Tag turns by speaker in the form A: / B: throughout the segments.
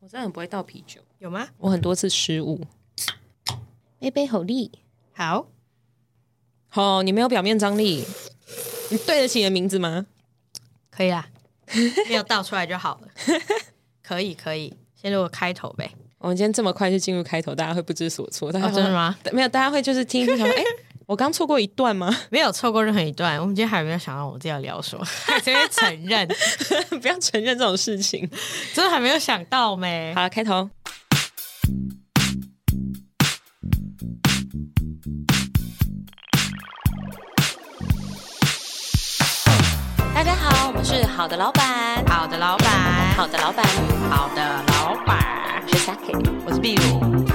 A: 我真的很不会倒啤酒，
B: 有吗？
A: 我很多次失误。杯杯好力，
B: 好，
A: 好，哦你没有表面张力，你对得起你的名字吗？
B: 可以啦， 没有倒出来就 好了。可以，可以，先录个开头呗。
A: 我哦们今天这么快就进入开头，大家会不知所措。大家、
B: 哦真的吗？
A: 没有，大家会就是听一听想说，哎、 我刚错过一段吗？
B: 没有错过任何一段，我们今天还没有想到我们自己要聊 什么，还直接承认，
A: 不要承认这种事情。
B: 真的还没有想到没
A: 好。了，开头。大家好，我们是好的老板，
B: 好的，老板，
A: 好的老板，
B: 好的，老板，
A: 我是 Saki。
B: 我是壁炉。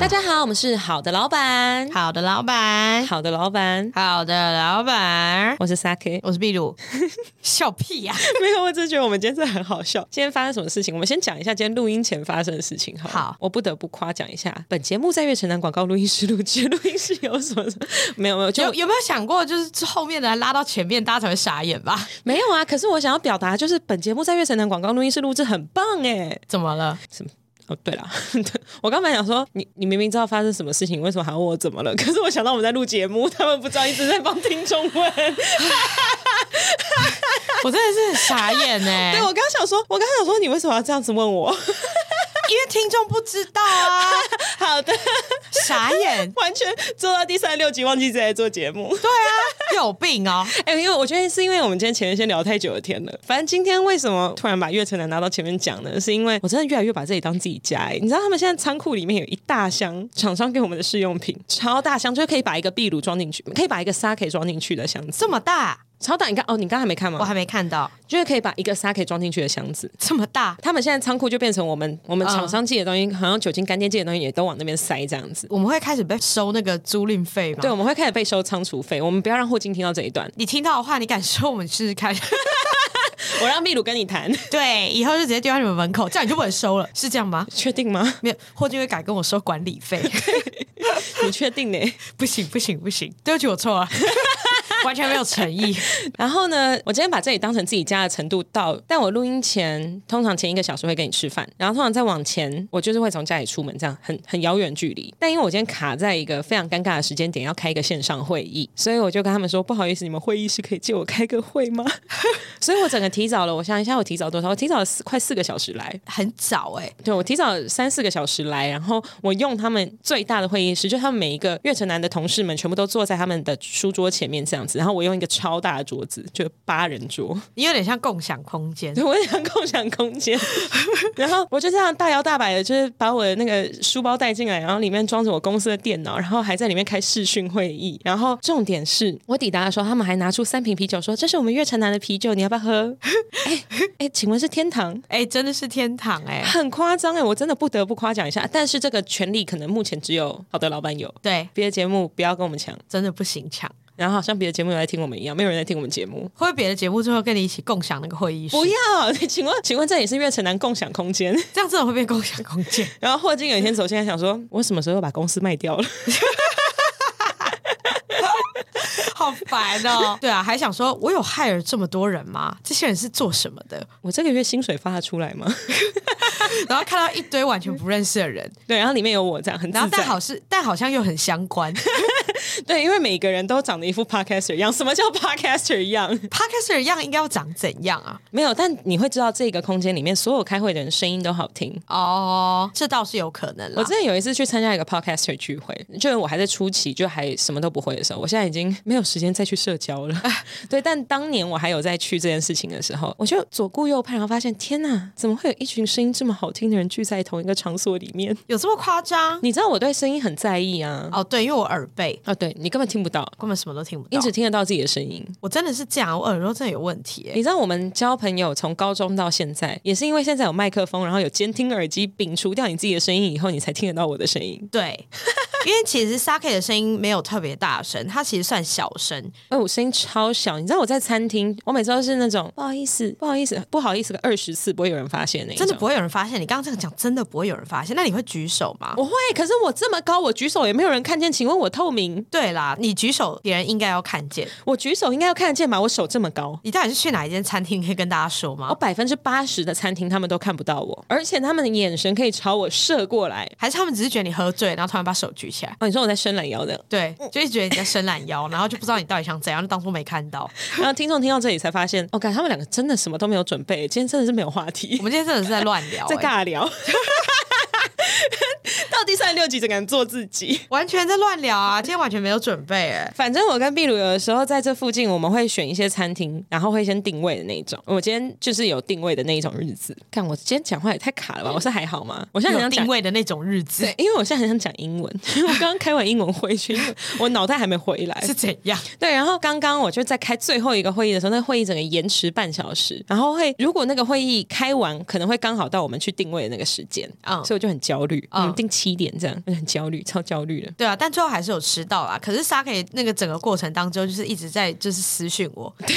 A: 大家好，我们是好的老板，
B: 好的，老板，
A: 好的老板，
B: 好的，老板，
A: 我是 Saki。
B: 我是壁 炉。笑屁啊呀、
A: 没有，我只是觉得我们今天真的很好笑。今天发生什么事情？我们先讲一下今天录音前发生的事情好了。
B: 好
A: 我不得不夸奖一下，本节目在月城南广告录音室录制，录音室有什么？没有没有，就
B: 有有没有想过，就是后面的还拉到前面，大家才会傻眼吧？
A: 没有啊。可是我想要表达就是，本节目在月城南广告录音室录制很棒哎。
B: 怎么 了？
A: 哦，对了， 我刚本来想说，你你明明知道发生什么事情，为什么还问我怎么了？可是我想到我们在录节目，他们不知道一直在帮听众问。
B: 我真的是很傻眼 哎、
A: 对我刚想说，我刚想说，你为什么要这样子问我？
B: 因为听众不知道啊，
A: 好的，
B: 傻眼。
A: 完全做到第三十六集忘记自己在做节目。
B: 对啊，有病哦！
A: 哎、因为我觉得是因为我们今天前面先聊太久的天了。反正今天为什么突然把岳城南拿到前面讲呢？是因为我真的越来越把自己当自己家、哎，你知道他们现在仓库里面有一大箱厂商给我们的试用品，超大箱，就是可以把一个壁炉装进去，可以把一个 sake 装进去的箱子，
B: 这么大，
A: 超大。你刚哦，你刚还没看吗？
B: 我还没看到
A: 就是可以把一个 sake 装进去的箱子。
B: 这么大。
A: 他们现在仓库就变成我们我们
B: 嗯
A: 厂商寄的东西，好像酒精干爹寄的东西也都往那边塞这样子。
B: 我们会开始被收那个租赁费吗？
A: 对，，我们会开始被收仓储费。我们不要让霍金听到这一段，
B: 你听到的话，你敢收我们 试试看？
A: 我让秘鲁跟你谈，
B: 对，以后就直接丢在你们门口，这样你就不能收了，是这样吗？
A: 确定吗？
B: 没有，霍金会改跟我收管 理费。
A: 你确定呢？
B: 不行，不行，不行，对不起，我错 了，完全没有诚意。
A: 然后呢，我今天把这里当成自己家的程度到，但我录音前通常前一个小时会跟你吃饭，然后通常再往前，我就是会从家里出门，这样很很遥远距离。但因为我今天卡在一个非常尴尬的时间点，要开一个线上会议，所以我就跟他们说，不好意思，你们会议室可以借我开个会吗？ 所以我整个提早了，我想一下，我提早多少？我提早了四快四个小时来，
B: 很早哎、
A: 对我提早欸三四个小时来，然后我用他们最大的会议室，就他们每一个月城南的同事们全部都坐在他们的书桌前面这样子，然后我用一个超大的桌子，就八人桌，
B: 你有点像共享空间
A: 对，我想共享空间，然后我就这样大摇大摆的，就是把我的那个书包带进来，然后里面装着我公司的电脑，然后还在里面开视讯会议，然后重点是我抵达的时候，他们还拿出三瓶啤酒说：“这是我们月城南的啤酒，你要不要喝？”哎哎，请问是天堂？
B: 哎、真的是天堂哎、
A: 很夸张哎，我真的不得不夸奖一下。但是这个权利可能目前只有好的老板有，
B: 对，
A: 别的节目不要跟我们抢。
B: 真的不行抢。
A: 然后好像别的节目有在听我们一样，没有人在听我们节目。
B: 会不会别的节目最后跟你一起共享那个会议室？
A: 不要，请问，请问这里是月城南共享空间？
B: 这样真的会变共享空间。
A: 然后霍金有一天走进来想说，我什么时候把公司卖掉了？
B: 好烦哦！对啊，还想说，我有害了这么多人吗？这些人是做什么的？
A: 我这个月薪水发得出来吗？
B: 然后看到一堆完全不认识的人，
A: 对，然后里面有我这样很自
B: 然后但
A: 在。
B: 好是，但好像又很相关，
A: 对，因为每个人都长得一副 podcaster 一样。什么叫 podcaster 一样？
B: Podcaster 一样应该要长怎样啊？
A: 没有，但你会知道这个空间里面所有开会的人声音都好听。
B: 哦，这倒是有可能啦
A: 我之。前有一次去参加一个 podcaster 聚会，就是我还在初期，就还什么都不会的时候，我现在已经没有时间再去社交了。 对，但当年我还有在去这件事情的时候，我就左顾右盼，然后发现天哪，怎么会有一群声音这么好听的人聚在同一个场所里面？
B: 有这么夸张？
A: 你知道我对声音很在意啊。
B: 哦，对，因为我耳背，
A: 哦，对你根本听不到，
B: 根本什么都听不
A: 你
B: 到
A: 只。听得到自己的声音。
B: 我真的是这样，我耳朵真的有问题、欸。
A: 你知道我们交朋友从高中到现在，也是因为现在有麦克风，然后有监听耳机，摒除掉你自己的声音以后，你才听得到我的声音。
B: 对，因为其实 Saki 的声音没有特别大声，它其实算小声。
A: 哎，我声音超小，你知道我在餐厅，我每次都是那种不好意思，不好意思，不好意思个二十次不会有人发现那一种
B: 真的不会有人发现。你刚刚这样讲，真的不会有人发现。那你会举手吗？
A: 我会，可是我这么高，我举手也没有人看见，请问我透明？
B: 对啦，你举手，别人应该要看见。
A: 我举手应该要看得见吧？我手这么高。
B: 你到底是去哪一间餐厅？可以跟大家说
A: 我
B: 吗？
A: 百分之八十的餐厅他们都看不到我，而且他们的眼神可以朝我射过来。
B: 还是他们只是觉得你喝醉，然后突然把手举起来？
A: 哦，你说我在伸懒腰的，
B: 对，就一直觉得你在伸懒腰，然后就不知道你到底想怎样，就当做没看 到。
A: 然后听众听到这里才发现，哦，感他们两个真的什么都没有准备，今天真的是没有话
B: 我
A: 题，
B: 们今天真的是在乱聊、
A: 在
B: 欸
A: 尬聊。 到第三十六集，只敢做自己。
B: 完全在乱聊啊！今天完全没有准备、欸，
A: 反正我跟秘鲁有的时候在这附近，我们会选一些餐厅，然后会先定位的那一种。我今天就是有定位的那一种日子。看我今天讲话也太卡了吧？我是还好吗？我现在很想
B: 有定
A: 讲。
B: 位的那种日子
A: 对，因为我现在很想讲英文， 我刚刚开完英文会去，因为我脑袋还没回来。
B: 是怎样？
A: 对，然后刚刚我就在开最后一个会议的时候，那会议整个延迟半小时，然后会如果那个会议开完，可能会刚好到我们去定位的那个时间，
B: 嗯
A: 所以我就很焦虑，
B: 嗯
A: 我们定七点这样，我就很焦虑，超焦虑的。
B: 对啊，但最后还是有吃到啦。可是 Saki 那个整个过程当中，就是一直在就是私讯我，对，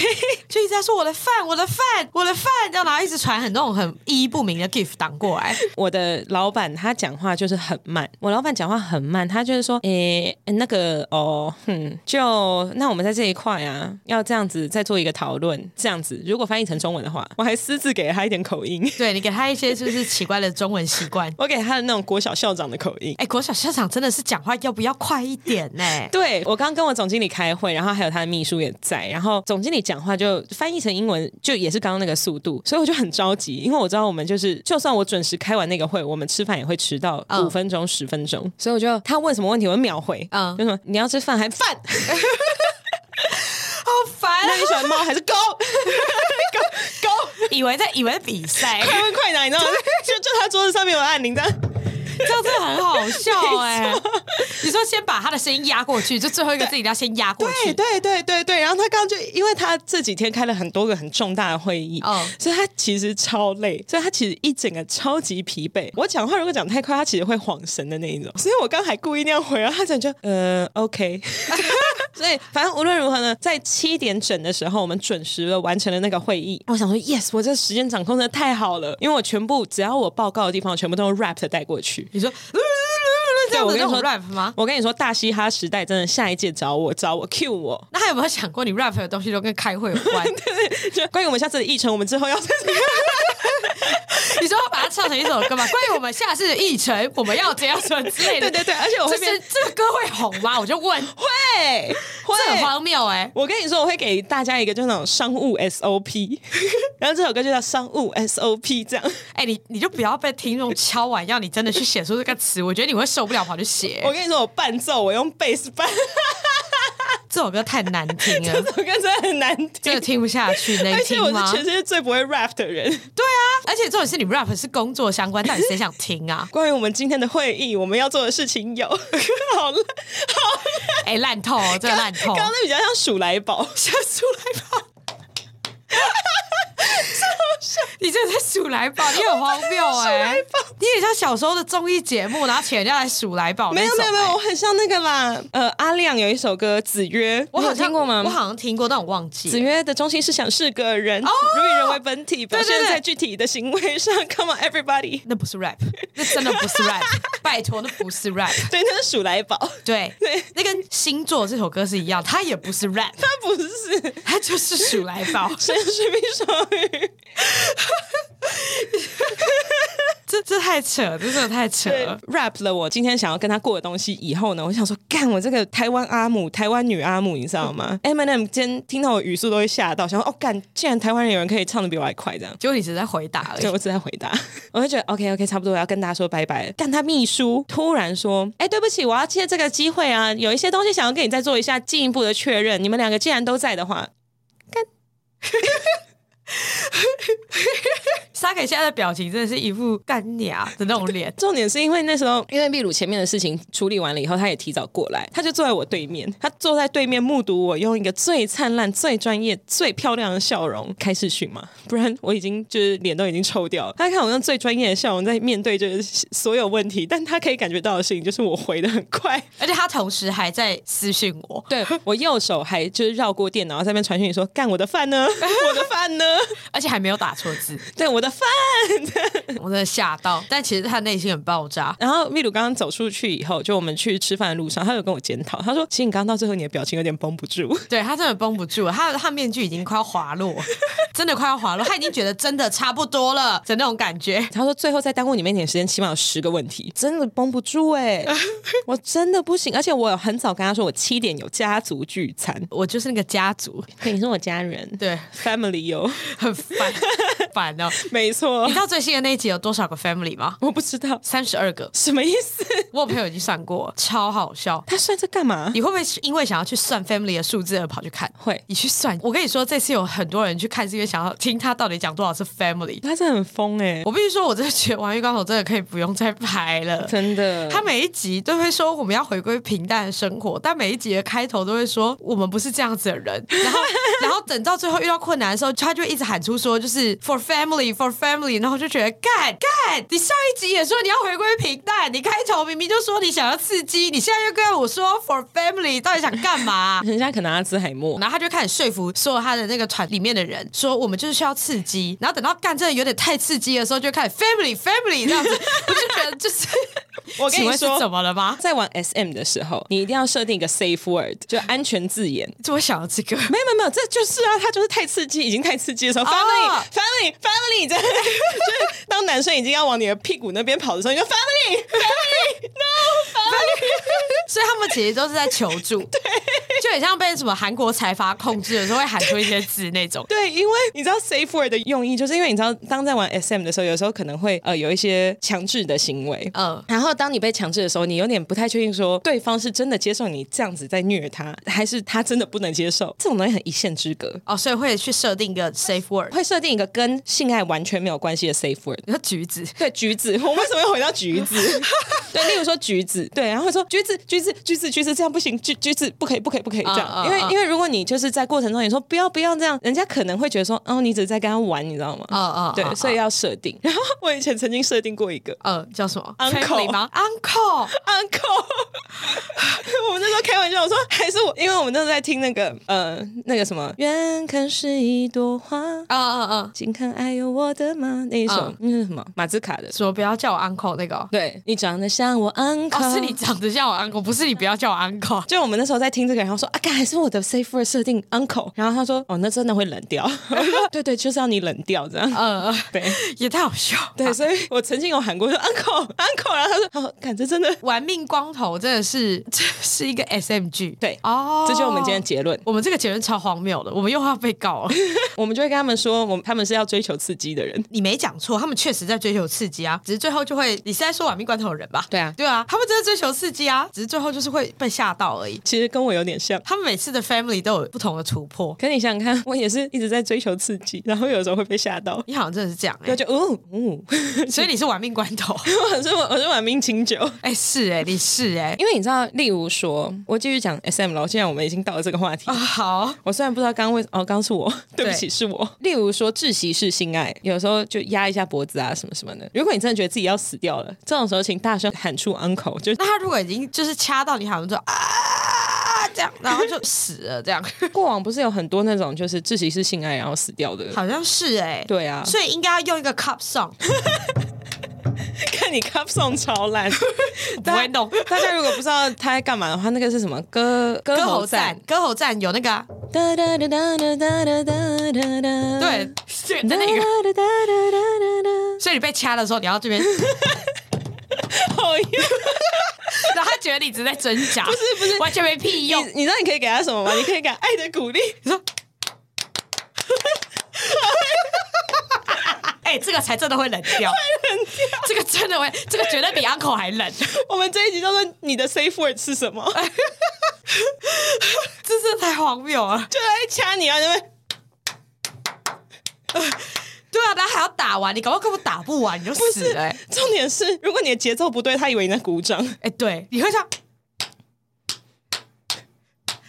B: 就一直在说我的饭，我的饭，我的饭，这样然后一直传很多种很意义不明的 gift 挡过来。
A: 我的老板他讲话就是很慢，我老板讲话很慢，他就是说，诶、那个哦，哼，就那我们在这一块啊，要这样子再做一个讨论，这样子如果翻译成中文的话，我还私自给了他一点口音，
B: 对你给他一些就是奇怪的中文习惯。
A: 我给他的那种国小校长的口音。
B: 哎、国小校长真的是讲话要不要快一点呢、
A: 对我刚跟我总经理开会，然后还有他的秘书也在，然后总经理讲话就翻译成英文，就也是刚刚那个速度，所以我就很着急，因为我知道我们就是，就算我准时开完那个会，我们吃饭也会迟到
B: 嗯
A: 五分钟、十分钟，所以我就他问什么问题，我就秒回，
B: 嗯
A: 就说你要吃饭还 饭，
B: 好烦
A: 那
B: 啊！
A: 你喜欢猫还 是狗？狗狗，
B: 以为在以为在比赛，
A: 快问快答，你知道吗？就就他桌子上面有按铃这样。
B: 这样真的很好笑哎、你说先把他的声音压过去，就最后一个自己要先压过去
A: 对。对对对对，然后他刚刚就因为他这几天开了很多个很重大的会议，
B: 嗯
A: 所以他其实超累，所以他其实一整个超级疲惫。我讲话如果讲太快，他其实会晃神的那一种，所以我刚还故意那样回，然后他讲就呃 OK。所以反正无论如何呢，在七点整的时候，我们准时的完成了那个会议。我想说，yes，我这时间掌控的太好了，因为我全部只要我报告的地方，我全部都用 rap 的带过去。
B: 你说 这样
A: 我
B: 子
A: 跟你
B: 那种
A: 说
B: rap 吗？
A: 我跟你说，大嘻哈时代真的下一届找我找我 cue 我，
B: 那还有没有想过你 rap 的东西都跟开会有关？
A: 就关于我们下次的议程，我们之后要
B: 你说要把它唱成一首歌吗？关于我们下次的议程，我们要怎样说之类的？
A: 对对对，而且我会
B: 这
A: 变
B: 是这个歌会红吗？我就问，
A: 会
B: 这很
A: 会。
B: 荒谬哎、
A: 我跟你说，我会给大家一个就那种商务 SOP，然后 这首歌就叫商务 SOP，这样。
B: 哎、你你就不要被听众敲完，要你真的去写出这个词，我觉得你会受不了，跑去写。
A: 我跟你说，我伴奏我用贝斯伴，
B: 这首歌太难听了，
A: 这首歌 真的很难
B: 真
A: 听
B: 的。听不下去，能
A: 而且
B: 听
A: 我
B: 吗？
A: 是全世界最不会 rap 的人。
B: 对啊，而且重点是你 rap 是工作相关，到底谁想听 啊？
A: 关于我们今天的会议，我们要做的事情有， 好了，
B: 哎、烂透、哦，真的烂透
A: 刚。刚那比较像 鼠来宝，
B: 像鼠来宝， 你这是鼠来宝，你很荒谬哎、你也像小时候的综艺节目，然后请人家来鼠来宝那
A: 没有
B: 种
A: 没
B: 欸、
A: 有没有，我很像那个啦。呃，阿亮有一首歌《子曰》，
B: 我好
A: 你有
B: 像
A: 听过吗？
B: 我好像听过，但我忘记
A: 子
B: 了。
A: 曰的中心思想是个人，如以人为本体，表现
B: 对对
A: 在具体的行为上。Come on, everybody！
B: 那不是 rap，那真的不 是 rap，拜托，那不是 rap。
A: 对，那是鼠来宝，
B: 对
A: 对，
B: 那跟星座这首歌是一样，它也不是 rap，
A: 他不是。
B: 它就是鼠来 宝。
A: 谁是水瓶双鱼？
B: 这这这太扯，这真的太扯了。
A: rap 了我今天想要跟他过的东西，以后呢，我想说，干我这个台湾阿姆，台湾女阿姆，你知道吗？Eminem 今天听到我语速都会吓到，想说，哦，干，竟然台湾人有人可以唱的比我还快，这样。
B: 结果你只是在回答而
A: 所以
B: 已。
A: 我只在回答， 我就觉得 OK OK，差不多我要跟大家说拜拜了。但他秘书突然说：“哎，对不起，我要借这个机会啊，有一些东西想要跟你再做一下进一步的确认。你们两个既然都在的话，，
B: 沙凯现在的表情真的是一副干娘的那种脸
A: 重点是因为那时候因为秘鲁前面的事情处理完了以后，他也提早过来，他就坐在我对面，他坐在对面目睹我用一个最灿烂、最专业、最漂亮的笑容开视讯嘛，不然我已经就是脸都已经抽掉了。他看我用最专业的笑容在面对就是所有问题，但他可以感觉到的事情就是我回的很快。
B: 而且他同时还在私讯我，
A: 对我右手还就是绕过电脑，在那边传讯说：“干我的饭 呢？我的饭呢？
B: 而且还没有打错字，
A: 对我的饭。
B: 我真的吓到。但其实他内心很爆炸”，
A: 然后秘鲁刚刚走出去以后，就我们去吃饭的路上，他有跟我检讨，他说：“其实你刚刚到最后，你的表情有点绷不 住。
B: 对他真的绷不住了，他他面具已经快要滑落， 真的快要滑落，他已经觉得真的差不多了的那种感觉”。
A: 他说：“最后再耽误你们一点时间，起码有十个问题，真的绷不住哎、我真的不行。而且我很早跟他说，我七点有家族聚餐，
B: 我就是那个家族，
A: 对你是我家人，
B: 对，
A: family 有，
B: 很烦 烦哦。
A: 没错
B: 你知，道最新的那一集有多少个 family 吗？
A: 我不知道
B: 三十二个，
A: 什么意 思，
B: 我有朋友已经算过，超好笑。
A: 他算这干嘛？
B: 你会不会是因为想要去算 family 的数字而跑去看？
A: 会
B: 你去算。我跟你说，这次有很多人去看，是因为想要听他到底讲多少次 family。
A: 他真的很疯哎、
B: 我必须说，我真的觉得《玩玉高手》真的可以不用再拍了。
A: 真的，
B: 他每一集都会说我们要回归平淡的生活，但每一集的开头都会说我们不是这样子的人。 然后，然后等到最后遇到困难的时候，他就会一直喊出说就是 for family for family，然后我就觉得干干，你上一集也说你要回归平淡，你开头明明就说你想要刺激，你现在又跟我说 for family，到底想干嘛、
A: 人家可能阿兹海默，
B: 然后他就开始说服所有他的那个团里面的人，说我们就是需要刺激。然后等到干真的有点太刺激的时候，就开始 family family 这样子，我就觉得就是，
A: 我跟你
B: 请问是
A: 说
B: 怎么了吗？
A: 在玩 SM 的时候，你一定要设定一个 safe word，就安全字眼。
B: 怎么想到这个？
A: 没有没有没有，这就是啊，他就是太刺激，已经太刺激的时候、
B: 哦
A: f a m i l y family family，这 就是当男生已经要往你的屁股那边跑的时候，你就 family family no family，
B: 所以他们其实都是在求助，就很像被什么韩国财阀控制的时候会喊出一些字那种。
A: 对，因为你知道 safe word 的用意，就是因为你知道当在玩 SM 的时候，有时候可能会呃有一些强制的行为，
B: 嗯，
A: 然后当你被强制的时候，你有点不太确定说对方是真的接受你这样子在虐他，还是他真的不能接受。这种东西很一线之隔，
B: 哦，所以会去设定一个 safe word，
A: 会设定一个跟性爱完全没有关系的 safe word。
B: 你说橘子，
A: 对橘子，我为什么要回到橘 子？对，例如说橘子，对，然后会说橘子，橘子，橘子，橘子，这样不行，橘橘子不可以，不可以，不可以这样，
B: 啊啊
A: 因为
B: 啊
A: 因为如果你就是在过程中你说不要不要这样，人家可能会觉得说，哦，你只是在跟他玩，你知道吗？
B: 啊啊啊
A: 对
B: 啊，
A: 所以要设定。然后我以前曾经设定过一个，
B: 嗯，叫什么
A: Uncle
B: Family 吗？Uncle，
A: uncle，我们那时候开玩笑，我说还是我，因为我们那时候在听那个呃那个什么，远看是一朵花，
B: 嗯嗯嗯，
A: 近看爱有我的吗？那一首
B: 嗯
A: 那是什么？马兹卡的。
B: 说不要叫我 Uncle 那个哦，
A: 对你长得像我 uncle，、
B: 哦，是你长得像我 Uncle，不是你不要叫我 Uncle。
A: 就我们那时候在听这个，然后说啊，干还是我的 safe word 设定 uncle，然后他说哦，那真的会冷掉。 我说对对，就是要你冷掉这样。
B: 呃，
A: 对
B: 也太好笑了。
A: 对，所以我曾经有喊过说 uncle uncle，然后他说哦，感觉真的
B: 玩命光头真的是 这是一个 S M G，
A: 对
B: 哦，
A: 这就是我们今天的结论。
B: 我们这个结论超荒谬的，我们又要被告了。
A: 我们就会跟他们说，我们他们是要追求刺激的人。
B: 你没讲错，他们确实在追求刺激啊，只是最后就会，你是在说玩命关头的人吧？
A: 对啊
B: 对啊，他们真的追求刺激啊，只是最后就是会被吓到而已。
A: 其实跟我有点像。
B: 他们每次的 family 都有不同的突破，
A: 可你想想看，我也是一直在追求刺激，然后有时候会被吓到，
B: 你好像真的是这样哎、
A: 然后就哦哦，
B: 所以你是玩命关头，
A: 我是我是玩命清酒。
B: 哎、是哎、你是哎、
A: 因为你知道，例如说，我继续讲 SM 了，既然我们已经到了这个话题
B: 啊、，好，
A: 我虽然不知道刚刚为哦，刚刚是我， 对不起，是我。例如说窒息式性爱，有时候就压一下脖子啊，什么什么的。如果你真的觉得自己要死掉了，这种时候请大声喊出 uncle，就
B: 那他如果已经就是掐到你好像就啊这样，然后就死了这样，
A: 过往不是有很多那种就是窒息式性爱然后死掉的。
B: 好像是哎、
A: 对啊，
B: 所以应该要用一个 cup song，
A: 看你 cup song 超 烂，
B: 不会弄。
A: 大家如果不知道他在干嘛的话，那个是什么歌歌
B: 歌
A: 喉
B: 喉
A: 赞
B: 赞，？歌喉赞有那个、啊，
A: 哒哒哒哒哒哒哒哒哒，嗯
B: 对，，是那个。
A: 哒哒哒哒哒哒。
B: 所以你被掐的时候，你要这边，
A: 讨厌。
B: 然后他觉得你一直在挣扎，不是
A: 不是
B: 完全没屁用。
A: 你你知道你可以给他什么吗？你可以给他爱的鼓励。
B: 你说，哎、这个才真的会冷掉，这个真的会，这个绝对比 uncle 还冷。
A: 我们这一集叫做“你的 safe word 是什么
B: 这是太荒谬了”，。
A: 就在掐你啊，对不对？
B: 对啊，然后还要打完，你搞不好根本打不完，你就
A: 不
B: 死
A: 是
B: 了、哎、
A: 重点是，如果你的节奏不对，他以为你在鼓掌。
B: 哎对，你会这样，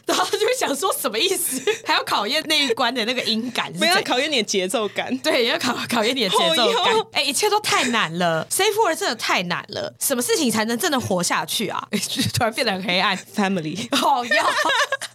B: 然后就会想说什么意思？还要考验那一关的那个音感是
A: 没有
B: 怎样。
A: 考验你的节奏感。
B: 对，也要考考验你的节奏
A: 好
B: 感
A: 哟。
B: 哎、一切都太难了，safe word 真的太难了。什么事情才能真的活下去啊？ 突然变得很黑暗。
A: Family
B: 好呀，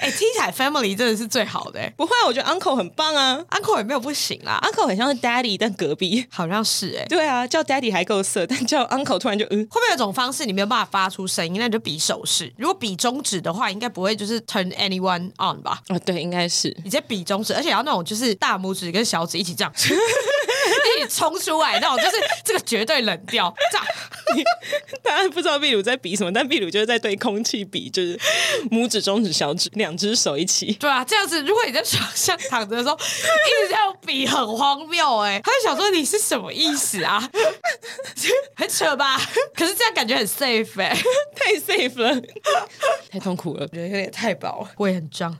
B: 哎、听起来 family 真的是最好的、哎
A: 不会啊，我觉得 Uncle 很棒啊
B: uncle 也没有不行啦，
A: ，Uncle 很像是 Daddy，但隔壁。
B: 好像是哎、
A: 对啊，叫 Daddy 还够色，但叫 Uncle 突然就嗯，
B: 会不会有种方式你没有办法发出声音？那你就比手势。如果比中指的话，应该不会就是 turn anyone on 吧？
A: 哦，对，应该是。
B: 你直接比中指，而且要那种就是大拇指跟小指一起这样， 一起冲出来那种，就是这个绝对冷掉。这样，
A: 大家不知道秘鲁在比什么，但秘鲁就是在对空气比，就是拇指、中指、小指两只手一起。
B: 对啊，这样子，如果你在床上躺着的时候一直这样比，很荒谬哎、他就想说你是什么意思啊？ 很扯吧？可是这样感觉很 safe 哎、
A: 太 safe 了，太痛苦了。
B: 觉得有点太饱了，胃很胀。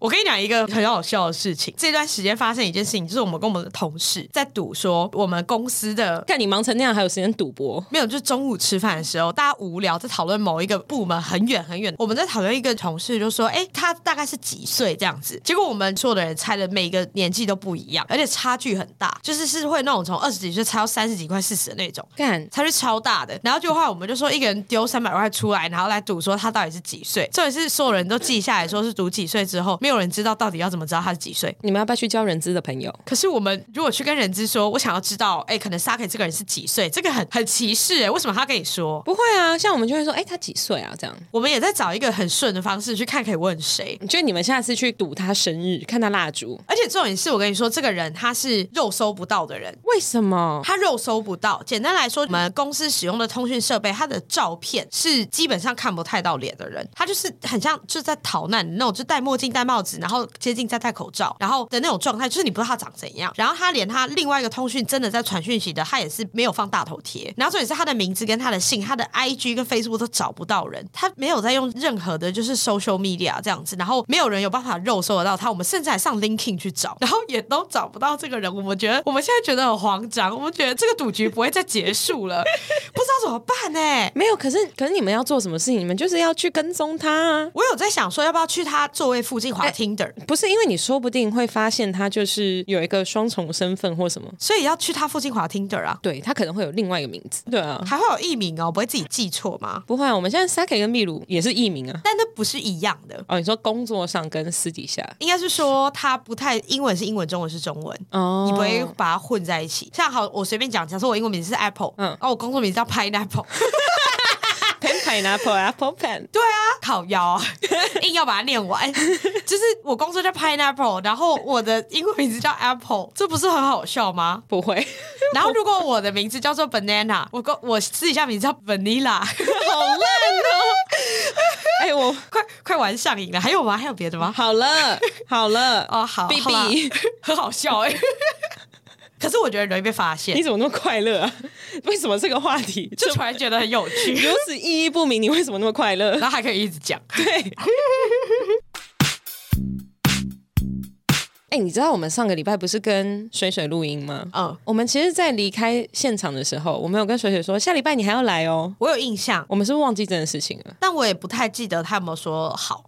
B: 我跟你讲一个很好笑的事情，这段时间发生一件事情，就是我们跟我们的同事在赌说，我们公司的
A: 看你忙成那样，还有时间赌博？
B: 没有，就是中午吃饭的时候，大家无聊在讨论某一个部门很远很远，我们在讨论一个同事，就说，哎、他大概是几岁这样子？结果我们所有的人猜的每个年纪都不一样，而且差距很大，就是是会那种哦从二十几岁猜到三十几快四十的那种。
A: 干，
B: 差距超大的。然后就后来我们就说，一个人丢三百块出来，然后来赌说他到底是几岁。重点是所有人都记下来，说是赌几岁之后，没有人知道到底要怎么知道他是几岁。
A: 你们要不要去交人资的朋友？
B: 可是我们如果去跟人资说，我想要知道，哎、可能 Saki 这个人是几岁，这个很很歧视、哎，为什么他跟你说？
A: 不会啊，像我们就会说，哎、他几岁啊？这样。
B: 我们也在找一个很顺的方式去看可以问谁。
A: 就你们下次去赌他生日，看他蜡烛，
B: 而且重点是我跟你说，这个人他是肉搜不到的人，
A: 为什么？
B: 他肉搜不到。简单来说，我们公司使用的通讯设备，它的照片是基本上看不太到脸的人，他就是很像就是在逃难的那种，就戴墨镜、戴帽子，然后接近在戴口罩，然后的那种状态，就是你不知道他长怎样。然后他连他另外一个通讯真的在传讯息的，他也是没有放大头贴。然后重点是他的名字跟他的姓、他的 IG 跟 Facebook 都找不到人，他没有在用任何的就是 social media 这样子，然后没有人有办法肉搜得到他。我们甚至还上 LinkedIn 去找，然后也都找不到这个人。我们觉得我们现在觉得很慌张，我们觉得这个赌局不会再结束了，不知道怎么办呢、
A: 没有，可是可是你们要做什么事情？你们就是要去跟踪他啊！
B: 我有在想说，要不要去他座位附近滑
A: 哎
B: Tinder，、
A: 不是因为你说不定会发现他就是有一个双重身份或什么，
B: 所以要去他附近滑 Tinder 啊，
A: 对他可能会有另外一个名字。对啊，
B: 还会有艺名哦，不会自己记错吗？
A: 不会啊，我们现在 Saki 跟秘鲁也是艺名啊。
B: 但那不是一样的。
A: 哦，你说工作上跟私底下
B: 应该是说他不太英文是英文，中文是中文，
A: 哦
B: 你不会把它混在一起。像好，我随便讲，假设我英文名字是 Apple，嗯
A: 嗯，
B: 哦，我工作名字 叫 Pineapple，
A: pen pineapple apple pen
B: 对啊，烤腰 啊，硬要把它念完。就是我工作叫 Pineapple，然后我的英文名字叫 Apple，这不是很好 笑吗？
A: 不会，
B: 然后如果我的名字叫做 Banana，我公我私底下名字叫 Vanilla，
A: 好烂哦！ 哎，我
B: 快快玩上瘾了。还有吗？还有别的吗？
A: 好了好了
B: 哦，好
A: ，B
B: 好啦
A: B，
B: 很好笑哎、可是我觉得容易被发 现
A: 你，怎么那么快乐啊？ 为什么这个话题
B: 就突然觉得很有 趣。
A: 如此意义不明，你为什么那么快 乐？
B: 然后还可以一直讲。
A: 对。哎、你知道我们上个礼拜不是跟水水录音吗？
B: 嗯，
A: 我们其实，在离开现场的时候，我们有跟水水说，下礼拜你还要来哦。
B: 我有印象，
A: 我们是不是忘记这件事情了。
B: 但我也不太记得他有没有说 好。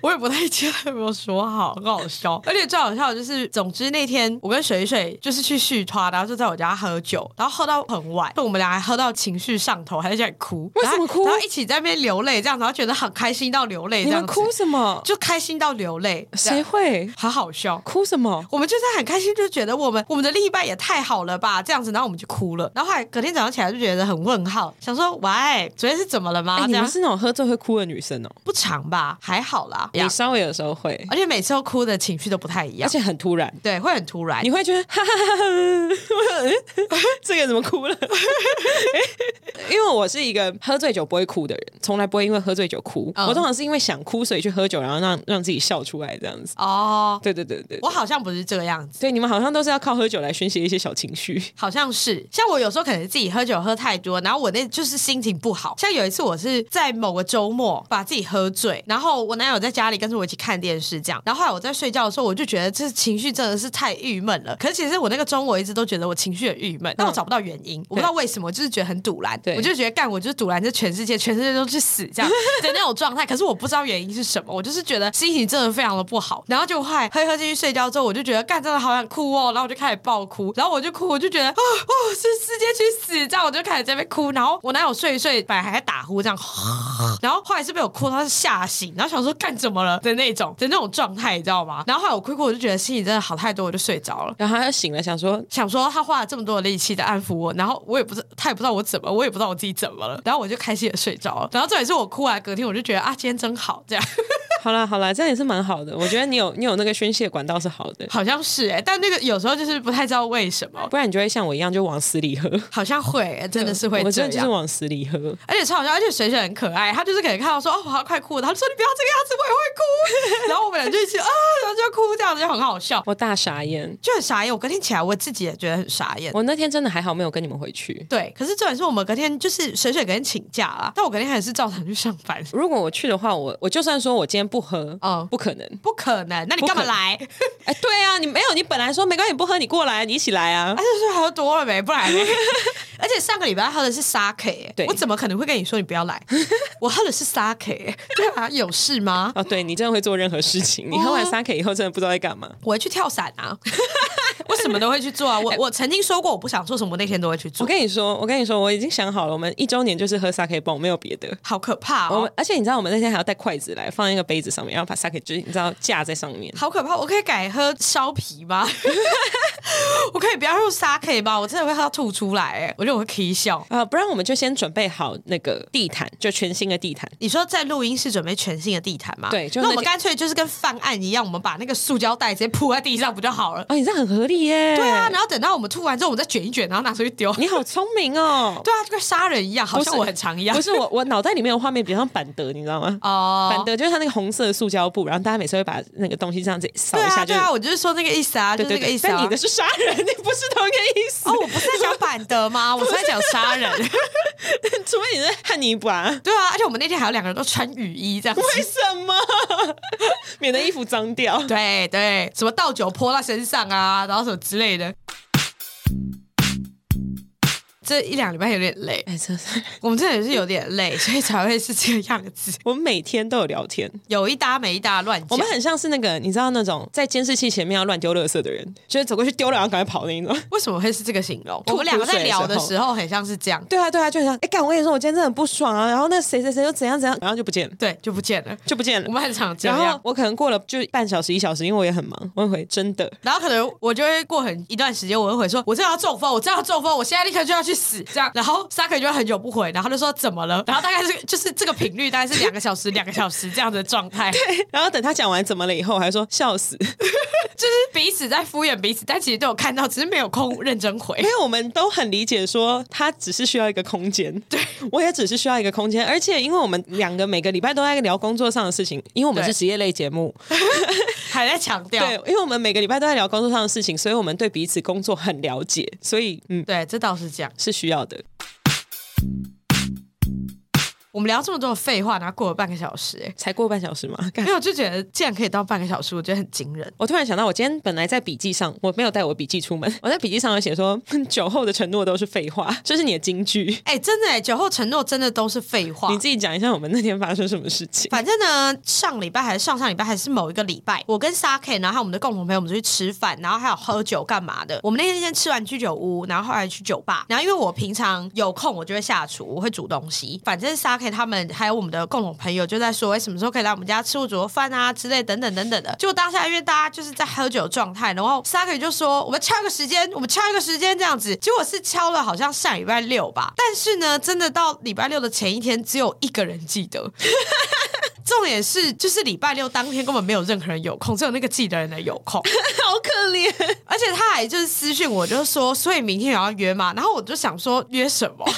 B: 我也不太记得他有没有说好，很好笑。 而且最好笑的就是，总之那天我跟水水就是去续团，然后就在我家喝酒，然后喝到很晚，我们俩还喝到情绪上头，还在家里哭。
A: 为什么哭
B: 然后然后一起在那边流泪，这样，然后觉得很开心到流
A: 你
B: 泪，这
A: 们
B: 样子
A: 哭什么？
B: 就开心到流泪，这
A: 谁
B: 样
A: 会
B: 很好笑。
A: 哭什么？
B: 我们就是很开心，就觉得我们我们的另一半也太好了吧，这样子，然后我们就哭了。然后后来隔天早上起来就觉得很问号，想说喂，昨天是怎么了吗？
A: 哎、
B: 啊这
A: 你
B: 样
A: 们是那种喝醉会哭的女生哦、
B: 不长吧，还好啦，样
A: 你，稍微有时候会，
B: 而且每次都哭的情绪都不太一
A: 而
B: 样，
A: 且很突然，
B: 对，会很突然
A: 你。会觉得哈哈哈嗯哈哈，这个怎么哭了？ 因为我是一个喝醉酒不会哭的人，从来不会因为喝醉酒哭。
B: 嗯
A: 我通常是因为想哭，所以去喝酒，然后让让自己笑出来这样子。
B: 哦，
A: 对对对对，
B: 我好像不是这样子，
A: 对你们好像都是要靠喝酒来宣泄一些小情绪。
B: 好像是像我有时候可能自己喝酒喝太多，然后我那就是心情不好。像有一次我是在某个周末把自己喝醉，然后我男友在家里跟着我一起看电视这样，然后后来我在睡觉的时候，我就觉得这情绪真的是太郁闷了。可是其实我那个周末一直都觉得我情绪很郁闷，但我找不到原因，我不知道为什么，我就是觉得很堵然，
A: 嗯对
B: 我就觉得干，我就是堵然，这全世界全世界都去死这样的那种状态。可是我不知道原因是什么，我就是觉得心情真的非常的不好。然后就后来喝一喝进去睡觉之后，我就觉得干真的好想哭哦，然后我就开始爆哭，然后我就哭，我就觉得哦哦，是世界去死这样，我就开始在那边哭。然后我男友睡一睡，本来还在打呼这样，然后后来是被我哭，到是吓醒，然后想说干怎么了的那种的那种状态，你知道吗？然后后来我哭一哭，我就觉得心里真的好太多，我就睡着了。
A: 然后他就醒了，想说
B: 想说他花了这么多的力气在安抚我，然后我也不知他也不知道我怎么，我也不知道我自己怎么了，然后我就开心的睡着了。然后这也是我哭完隔天，我就觉得啊，今天真好， 这样
A: 好啦好啦，这样也是蛮好的。我觉得你有你有那个宣泄管道是好的，
B: 好像是哎、但那个有时候就是不太知道为什么，
A: 不然你就会像我一样就往死里喝。
B: 好像会、欸、真的是会
A: 我
B: 这
A: 真的就是
B: 样。
A: 往死里喝。
B: 而且超好笑，而且水水很可爱，他就是可能看到说哦，我好快哭了，他就说你不要这个样子，我也 会哭。然后我们俩就一起啊，然后就哭，这样子就很好笑，
A: 我大傻眼，
B: 就很傻眼。我隔天起来，我自己也觉得很傻眼。
A: 我那天真的还好没有跟你们回去。
B: 对，可是重点是我们隔天就是水水隔天请假啦，但我隔天还是照常去上班。
A: 如果我去的话，我我就算说我今天不喝，
B: 哦
A: 不可能。
B: 不可能，那你干嘛来？
A: 哎，对啊，你没有，你本来说没关系，你不喝，你过来，你一起来啊
B: 他。就是喝多了没，不然嘞。 而且上个礼拜喝的是 sake，、欸
A: 对、
B: 我怎么可能会跟你说你不要 来？我喝的是 sake，、欸、对啊，有事吗？
A: 哦，对你真的会做任何事
B: 哦
A: 情。你喝完 sake 以后，真的不知道在干嘛。
B: 我会去跳伞啊， 我什么都会去做啊。我我曾经说过我不想做什么，那天都会去
A: 我
B: 做，
A: 跟你说，我跟你说，我已经想好了，我们一周年就是喝 sake 泵，没有别的。
B: 好可怕
A: 我
B: 哦
A: 们，而且你知道，我们那天还要带筷子来放一个杯子上面，然后把 sake 就是你知道架在上面。
B: 好可怕！我可以改喝烧啤吗？ 我可以不要用 sake 吗？我真的会喝到吐出来、欸，我觉得我会 k 笑。
A: 啊、不然我们就先准备好那个地毯，就全新的地毯。
B: 你说在录音室准备全新的地毯吗？
A: 对就
B: 那
A: 那
B: 我们
A: 天
B: 干脆就是跟犯案一样，我们把那个塑胶袋直接铺在地上不就好了？
A: 哦，你这样很合理耶。
B: 对啊，然后等到我们吐完之后，我们再卷一卷，然后拿出去丢。
A: 你好聪明哦。
B: 对啊，就跟杀人一样，好
A: 不
B: 像
A: 是
B: 我很常一样
A: 不。是我，我脑袋里面的画面比较像板德，你知道吗？
B: 哦
A: 板德就是他那个红色的塑胶布，然后大家每次会把那个东西这样子扫
B: 对
A: 一
B: 啊，
A: 下，
B: 对啊，我就是说那个意思啊，就
A: 就是对
B: 那个
A: 对对。
B: 意思啊。
A: 但你的是杀人，你不是同一个意思
B: 哦，我不是在讲板德吗？我是在讲杀人。
A: 除非你是 汉尼拔。
B: 对啊，而且我们那天还有两个人都穿雨衣这样子。
A: 为什么？免得衣服脏掉。
B: 对对，什么倒酒泼到身上啊，然后什么之类的。这一两礼拜有点累，
A: 哎，真是，
B: 我们真的是有点累，所以才会是这个样子，
A: 我们每天都有聊天，
B: 有一搭没一搭乱讲。
A: 我们很像是那个，你知道那种在监视器前面要乱丢垃圾的人，就是走过去丢了，然后赶快跑那一种。
B: 为什么会是这个形容？我
A: 吐
B: 们两个在
A: 口水的
B: 聊的
A: 时候
B: 时候很像是这样，
A: 对啊，对啊，就很像，哎，干，我跟你说，我今天真的很不爽啊，然后那谁谁谁又怎样怎样，然后就不见了，
B: 对，就不 见了。
A: 就不见了
B: 我。们很常这
A: 然后
B: 样。
A: 我可能过了就半小时一小时，因为我也很忙，我会回真的。
B: 然后可能我就会过很一段时间，我会回说，我真的要中风，我真的要中风，我现在立刻就要去死，这样。然后沙克就会很久不回，然后他就说怎么了？然后大概是就是这个频率大概是两个小时、两个小时这样的状 态，就是
A: 然后等他讲完怎么了以后，我还说笑死，
B: 彼此在敷衍彼此，但其实都有看到，只是没有空认真回
A: 因。为我们都很理解说他只是需要一个空间，对我也只是需要一个空间，而且因为我们两个每个礼拜都在聊工作上的事情，因为我们
B: 对
A: 是职业类节目，
B: 还在强调，
A: 对，因为我们每个礼拜都在聊工作上的事情，所以我们对彼此工作很了解，所以嗯
B: 对，这倒是这样。
A: 是需要的。
B: 我们聊这么多的废话，然后过了半个小时、哎，
A: 才过半小时嘛， 干
B: 因为我就觉得竟然可以到半个小时，我觉得很惊人。
A: 我突然想到，我今天本来在笔记上，我没有带我笔记出 门，我在笔记上有写说， 酒后的承诺都是废话，这是你的金句。
B: 哎、真的、哎，酒后承诺真的都是废话。
A: 你自己讲一下我们那天发生什么事情。
B: 反正呢，上礼拜还是上上礼拜还是某一个礼拜，我跟 Saki，然后还有我们的共同朋友，我们出去吃饭，然后还有喝酒干嘛的。我们那天先吃完居酒屋，然后后来去酒吧。然后因为我平常有空，我就会下厨，我会煮东西。反正 Saki 他们还有我们的共同朋友就在说，哎，什么时候可以来我们家吃我煮的饭啊之类等等等等的。结果当下因为大家就是在喝酒的状态，然后 Saki 就说我们敲一个时间，我们敲一个时间这样子。结果是敲了好像上礼拜六吧，但是呢，真的到礼拜六的前一天，只有一个人记得。重点是，就是礼拜六当天根本没有任何人有空，只有那个寄的人的有空，
A: 好可怜。
B: 而且他还就是私讯我，就是说，所以明天也要约嘛。然后我就想说，约什么？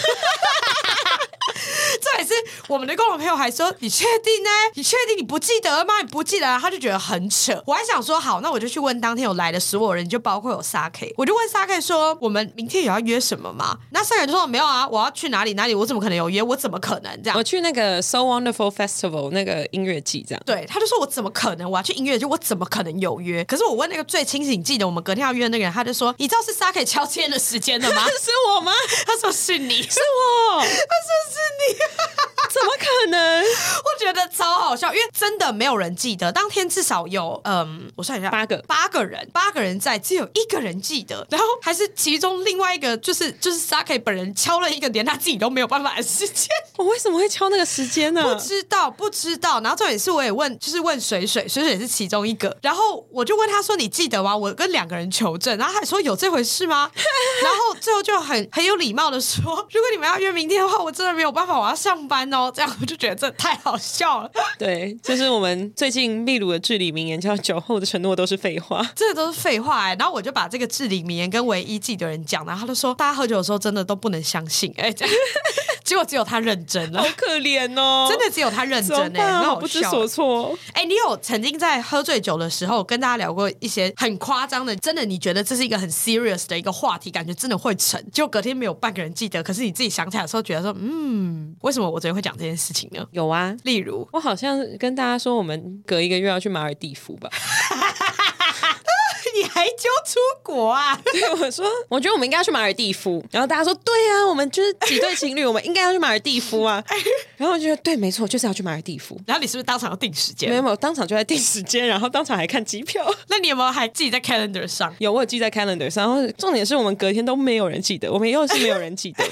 B: 这也是我们的共同朋友还说，你确定呢？你确定你不记得吗？你不记得、啊，他就觉得很扯。我还想说，好，那我就去问当天有来的所有人，就包括有 s a K，我就问 s a K 说，我们明天有要约什么吗？那 s a K 就说没有啊，我要去哪里哪里，我怎么可能有约？我怎么可能这样
A: 我？去那个 So Wonderful Festival 那个音乐季，这样？
B: 对，他就说我怎么可能？我要去音乐节，我怎么可能有约？可是我问那个最清醒记得我们隔天要约的那个人，他就说你知道是 Saki 敲签的时间啊了吗
A: 是我吗？
B: 他说是你，
A: 啊是我，
B: 他说是你，
A: 怎么可能？
B: 我觉得超好笑，因为真的没有人记得，当天至少有嗯，我算一下，
A: 八个
B: 八个人，八个人在，只有一个人记得，然后还是其中另外一个就是就是 Saki 本人敲了一个连他自己都没有办法的时间。
A: 我为什么会敲那个时间呢、
B: 不知道，不知道。然后重点是，我也问，就是问水水，水水是其中一个。然后我就问他说：“你记得吗？”我跟两个人求证，然后他还说有这回事吗？ 然后最后就很很有礼貌的说：“ 如果你们要约明天的话，我真的没有办法，我要上班哦。”这样我就觉得这太好笑了，
A: 对，就是我们最近秘鲁的至理名言叫“酒后的承诺都是废话
B: 这都是废话哎、然后我就把这个至理名言跟唯一记得人讲，然后他就说：“大家喝酒的时候真的都不能相信。哎，这样 结果只有他认真”，了
A: 好。可怜哦，
B: 真的只有他认
A: 怎
B: 真
A: 么
B: 哎、欸，
A: 办？
B: 很
A: 好
B: 好
A: 不知
B: 笑
A: 所措。
B: 哎、你有曾经在喝醉酒的时候跟大家聊过一些很夸张的，真的你觉得这是一个很 serious 的一个话题，感觉真的会成，就隔天没有半个人记得，可是你自己想起来的时候觉得说，嗯，为什么我昨天会讲这件事情呢？
A: 有啊，
B: 例如，
A: 我好像跟大家说，我们隔一个月要去马尔地夫吧。
B: 你还揪出国啊？
A: 对， 我说，我觉得我们应该要去马尔地夫。然后大家说，对啊，我们就是几对情侣，我们应该要去马尔地夫啊。然后我觉得，对，没错，就是要去马尔地夫。
B: 然后你是不是当场要定时
A: 没有
B: 间？
A: 没有，当场就在定时间，然后当场还看机票。
B: 那你有没有还记在 calendar 上？
A: 有，我有记在 calendar 上。然后重点是我们隔天都没有人记得，我们又是没有人记得。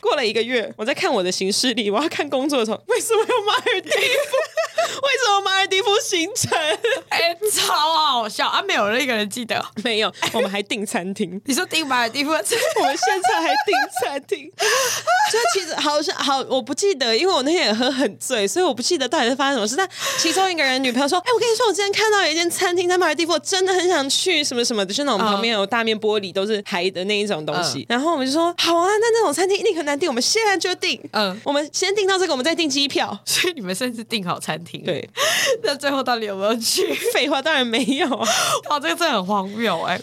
A: 过了一个月，我在看我的行事历，我要看工作的时候，为什么有马尔地夫？ 为什么马尔地夫行程
B: 哎、超好笑啊！没有那个人记得。
A: 没有？我们还订餐厅。
B: 你说订马尔地夫，
A: 我们现在还订餐厅， 就其实好像好，我不记得，因为我那天也喝很醉，所以我不记得到底是发生什么事。但其中一个人女朋友说：“哎、我跟你说，我之前看到有一间餐厅在马尔地夫，我真的很想去，什么什么的，就那种旁边有大面玻璃都是海的那一种东西。然后我们就说：“好啊，那那种餐厅一定很难订，我们现在就订。”嗯
B: 嗯，
A: 我们先订到这个，我们再订机票。
B: 所以你们甚至订好餐厅。，
A: 对，
B: 那最后到底有没有去？
A: 废话当然没有啊。
B: 哦，这个真的很荒谬哎、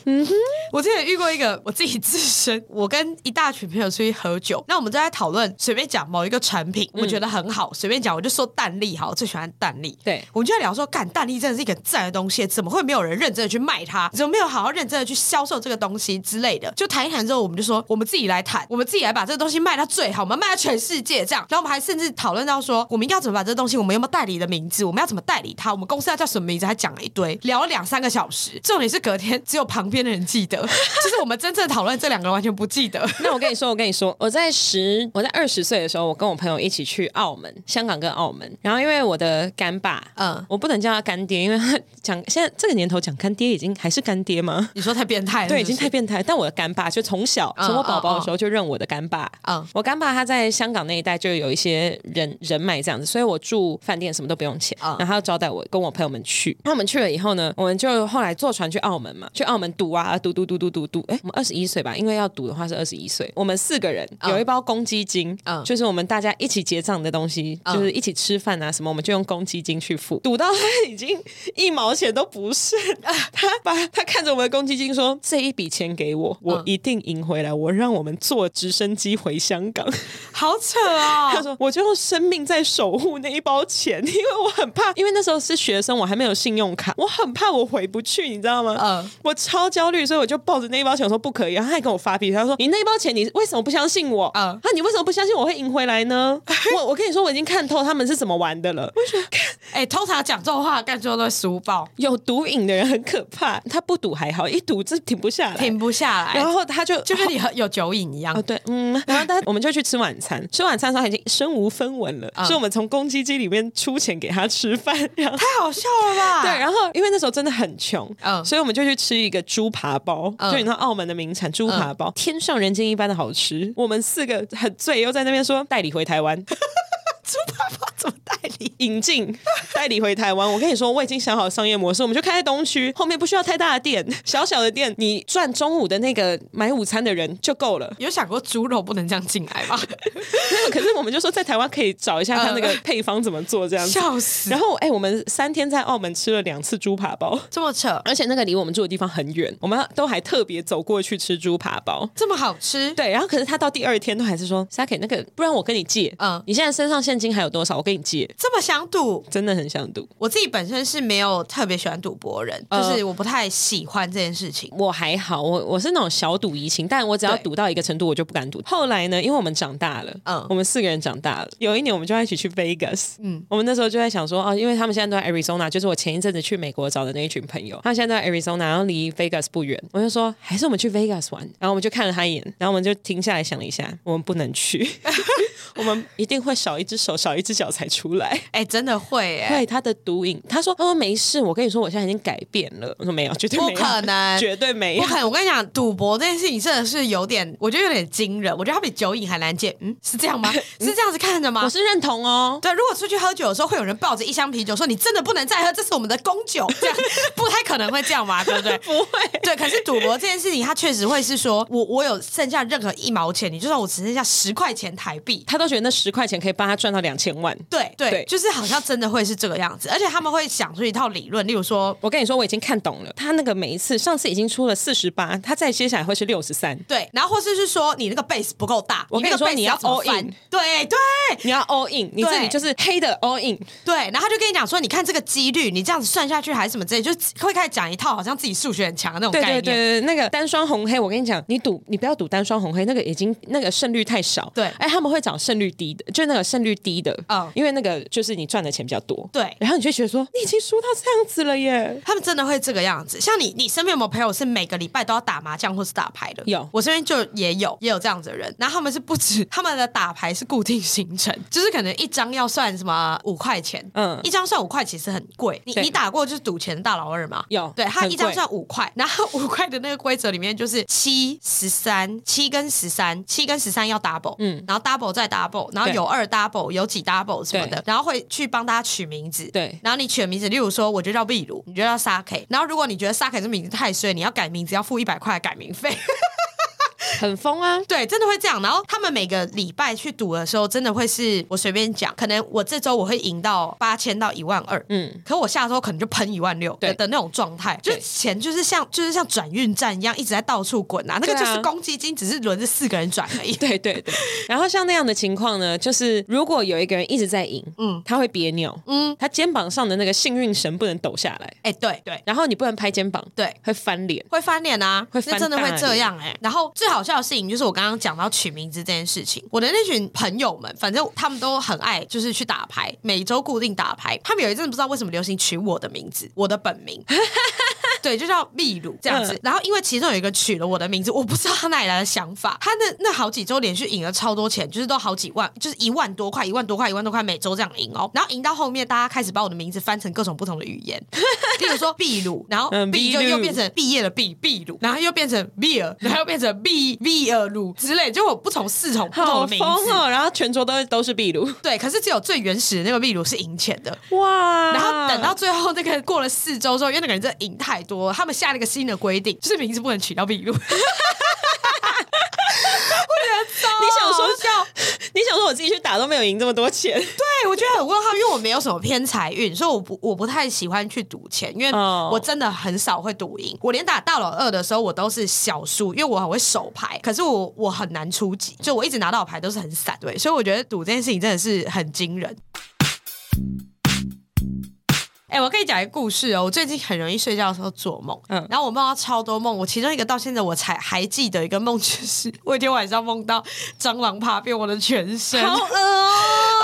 B: 我之前遇过一个我自己自身，我跟一大群朋友出去喝酒，那我们就在讨论随便讲某一个产品，我觉得很好，随便讲我就说蛋力好，我最喜欢蛋力。
A: 对
B: 我们就在聊说，干蛋力真的是一个很赞的东西，怎么会没有人认真的去卖它？怎么没有好好认真的去销售这个东西之类的？就谈一谈之后，我们就说我们自己来谈，我们自己来把这个东西卖到最好，我们卖到全世界这样。然后我们还甚至讨论到说，我们应该要怎么把这个东西，我们有没有代理的名字，我们要怎么代理它，我们公司要叫什么名字，还讲了一堆，聊了两三个小时。重点是隔天只有旁边的人记得，就是我们真正讨论这两个人完全不记得。
A: 那我跟你说，我跟你说，我在十，我在二十岁的时候，我跟我朋友一起去澳门、香港跟澳门。然后因为我的干爸，嗯
B: 嗯，
A: 我不能叫他干爹，因为他讲现在这个年头讲干爹已经还是干爹吗？
B: 你说太变态了，
A: 对，已
B: 是不
A: 经
B: 是
A: 太变态。但我的干爸就从小，
B: 嗯
A: 从我宝宝的时候就认我的干爸。嗯
B: 嗯嗯，
A: 我干爸他在香港那一带就有一些人人脉这样子，所以我住饭店什么都不用钱，
B: 嗯
A: 然后他就招待我跟我朋友们去。那我们去了以后呢，我们就后来坐船去澳门嘛，去澳门赌啊，赌赌赌赌赌赌。哎，我们二十一岁吧，因为要赌的话是二十一岁。我们四个人有一包公积金，
B: 嗯
A: 就是我们大家一起结账的东西，就是一起吃饭啊什么，我们就用公积金去付。赌到他已经一毛钱都不剩，他把他看着我们的公积金说：“这一笔钱给我，我一定赢回来，我让我们坐直升机回香港。”
B: 好扯
A: 他
B: 哦。
A: 说：“我就用生命在守护那一包钱，因为我很怕， 因为那时候是学生，我还没有信用卡，我很怕我回不去，你知道吗？
B: 嗯
A: 我超焦虑，所以我就抱着那一包钱，我说不可以。然后他还跟我发脾气，他说：你那一包钱，你为什么不相信我？
B: 嗯
A: 啊，你为什么不相信我会赢回来 呢？我我跟你说，我已经看透他们是怎么玩的了。我觉得看
B: 哎、通常讲这种话，干就都会输爆，
A: 有毒瘾的人很可怕，他不赌还好，一赌这停不下来，
B: 停不下来。
A: 然后他就
B: 就跟你喝有酒瘾一样
A: 哦，。对，嗯， 然后但我们就去吃晚餐，吃晚餐的时候他已经身无分文了，所以我们从公积金里面出钱给他吃饭，然后。
B: 嗯太好笑了吧？
A: 对，然后因为那时候真的很穷，
B: 嗯
A: 所以我们就去吃一个猪扒包，就你知道澳门的名产猪扒
B: 嗯
A: 包，天上人间一般的好吃。我们四个很醉，又在那边说代理回台湾，
B: 猪爸爸怎么代理？
A: 引进代理回台湾。我跟你说，我已经想好商业模式，我们就开在东区，后面不需要太大的店，小小的店，你赚中午的那个买午餐的人就够了。
B: 有想过猪肉不能这样进来 吗？
A: 那 可是我们就说在台湾可以找一下他那个
B: 嗯
A: 配方怎么做这样子。
B: 笑死
A: 然！后，哎、我们三天在澳门吃了两次猪扒包，
B: 这么扯，
A: 而且那个离我们住的地方很远，我们都还特别走过去吃猪扒包。
B: 这么好吃，
A: 对，然后可是他到第二天都还是说 Saki 那个，不然我跟你借，嗯
B: 嗯，
A: 你现在身上现金还有多少？我跟你借，
B: 这么想赌。
A: 真的很想赌。
B: 我自己本身是没有特别喜欢赌博的人，
A: 呃
B: 就是我不太喜欢这件事情。
A: 我还好，我我是那种小赌怡情，但我只要
B: 对
A: 赌到一个程度，我就不敢赌。后来呢，因为我们长大了，嗯
B: 嗯，
A: 我们四个人长大了，有一年我们就要一起去 Vegas，嗯
B: 嗯，
A: 我们那时候就在想说，哦，因为他们现在都在 Arizona，就是我前一阵子去美国找的那一群朋友，他们现在都在 Arizona，然后离 Vegas 不远，我就说还是我们去 Vegas 玩，然后我们就看了他一眼，然后我们就停下来想了一下，我们不能 去，我们一定会少一只手少一只脚才出来。
B: 哎、真的会哎、
A: 对他的毒瘾，他说：“哦，没事，我跟你说，我现在已经改变了。”我说：“没有，绝对
B: 不
A: 没有，
B: 可能
A: 绝对没有
B: 不。可能！我跟你讲，赌博这件事情真的是有点，我觉得有点惊人。我觉得它比酒瘾还难戒。 嗯，是这样吗？是这样子看的吗
A: 我？是认同哦，
B: 对，如果出去喝酒的时候，会有人抱着一箱啤酒说：“你真的不能再喝，这是我们的公酒。”这 样不太可能会这样嘛，对不对？
A: 不会。
B: 对，可是赌博这件事情，它确实会是说，我我有剩下任何一毛钱，你就算我只剩下十块钱台币，
A: 他都觉得那十块钱可以帮他赚到两千万。
B: 对对，
A: 对
B: 就是好像真的会是这个样子，而且他们会想出一套理论，例如说，
A: 我跟你说，我已经看懂了。他那个每一次，上次已经出了四十八，他再接下来会是六十三。
B: 对，然后或是是说你那个 base 不够大，
A: 我跟你
B: 那个
A: 说
B: base
A: 你要
B: 怎么
A: all
B: 翻
A: in
B: 对对
A: 你要 all in，你这里
B: 对
A: 就是黑的 all in。
B: 对，然后他就跟你讲说，你看这个几率，你这样子算下去还是什么之类，就会开始讲一套好像自己数学很强的那种
A: 对
B: 概
A: 对
B: 念。
A: 对对，那个单双红黑，我跟你讲，你赌你不要赌单双红黑，那个已经那个胜率太少。
B: 对
A: 哎，他们会找胜率低的，就那个胜率低的，
B: 嗯
A: 因为那个就是你赚的钱比较多。
B: 对
A: 然后你就觉得说，你已经输到这样子了耶。
B: 他们真的会这个样子，像你，你身边有没有朋友是每个礼拜都要打麻将或是打牌的？
A: 有
B: 我身边就也有也有这样子的人。然后他们是不止 他们的打牌是固定行程，就是可能一张要算什么五块钱，
A: 嗯
B: 嗯，一张算五块其实很贵。你
A: 对
B: 你打过就是赌钱的大老二吗？
A: 有
B: 对他
A: 很
B: 一张
A: 贵
B: 算五块，然后五块的那个规则里面就是七十三，七跟十三，七跟十三要 double，嗯，然后 double 再 double，然后
A: 对
B: 有二 double，有几 double 什么
A: 对
B: 的，然后会去帮大家取名字，
A: 对
B: 然后你取的名字，例如说，我就叫壁炉，你就叫 Sake。然后如果你觉得 Sake 这名字太衰，你要改名字要付一百块的改名费。
A: 很疯啊！
B: 对，真的会这样。然后他们每个礼拜去赌的时候，真的会是我随便讲，可能我这周我会赢到八千到一万二，
A: 嗯
B: 嗯，可我下周可能就喷一万六
A: 对
B: 的的那种状态，就
A: 对
B: 是钱就是像就是像转运站一样一直在到处滚啊，那个
A: 对啊
B: 就是公积金，只是轮着四个人转而已。
A: 对对对，然后像那样的情况呢，就是如果有一个人一直在赢，嗯
B: 嗯，
A: 他会憋尿，嗯
B: 嗯，
A: 他肩膀上的那个幸运绳不能抖下来，
B: 哎、对对
A: 然后你不能拍肩膀，
B: 对，
A: 会翻脸。
B: 会翻脸啊，
A: 会翻
B: 那真的
A: 大
B: 会
A: 脸
B: 这样哎、然后最好笑的事情就是我刚刚讲到取名字这件事情，我的那群朋友们，反正他们都很爱，就是去打牌，每周固定打牌。他们有一阵子不知道为什么流行取我的名字，我的本名。 对，就叫秘鲁这样子。
A: 嗯
B: 然后因为其中有一个取了我的名字，我不知道他哪里来的想法。他那那好几周连续赢了超多钱，就是都好几万，就是一万多块、一万多块、一万多块，每周这样赢哦。然后赢到后面，大家开始把我的名字翻成各种不同的语言， 例如说秘鲁，然后
A: 嗯
B: 毕就
A: 秘鲁
B: 又变成毕业的毕秘鲁，然后又变成
A: 嗯
B: beer，然后又变成毕毕尔鲁之类，就我不同四种不同
A: 好
B: 的名
A: 疯
B: 字。
A: 哦！然后全桌都都是壁炉，
B: 对，可是只有最原始的那个秘鲁是赢钱的，
A: 哇！
B: 然后等到最后那个过了四周之后，因为那个人真的赢太多了，他们下了一个新的规定， 就是名字不能取到秘鲁。我觉 得
A: 你
B: 你
A: 想说
B: 笑，
A: 你想说我自己去打都没有赢这么多钱，
B: 对我觉得很问号，因为我没有什么偏财运，所以我不我不太喜欢去赌钱，因为
A: 哦
B: 我真的很少会赌赢。我连打大老二的时候，我都是小输，因为我很会手牌，可是我我很难出击，就我一直拿到牌都是很散，对，所以我觉得赌这件事情真的是很惊人。哎、我跟你讲一个故事哦。我最近很容易睡觉的时候做梦，
A: 嗯
B: 嗯，然后我梦到超多梦。我其中一个到现在我才还记得一个梦，就是我有一天晚上梦到蟑螂爬遍我的全身，
A: 好恶 哦！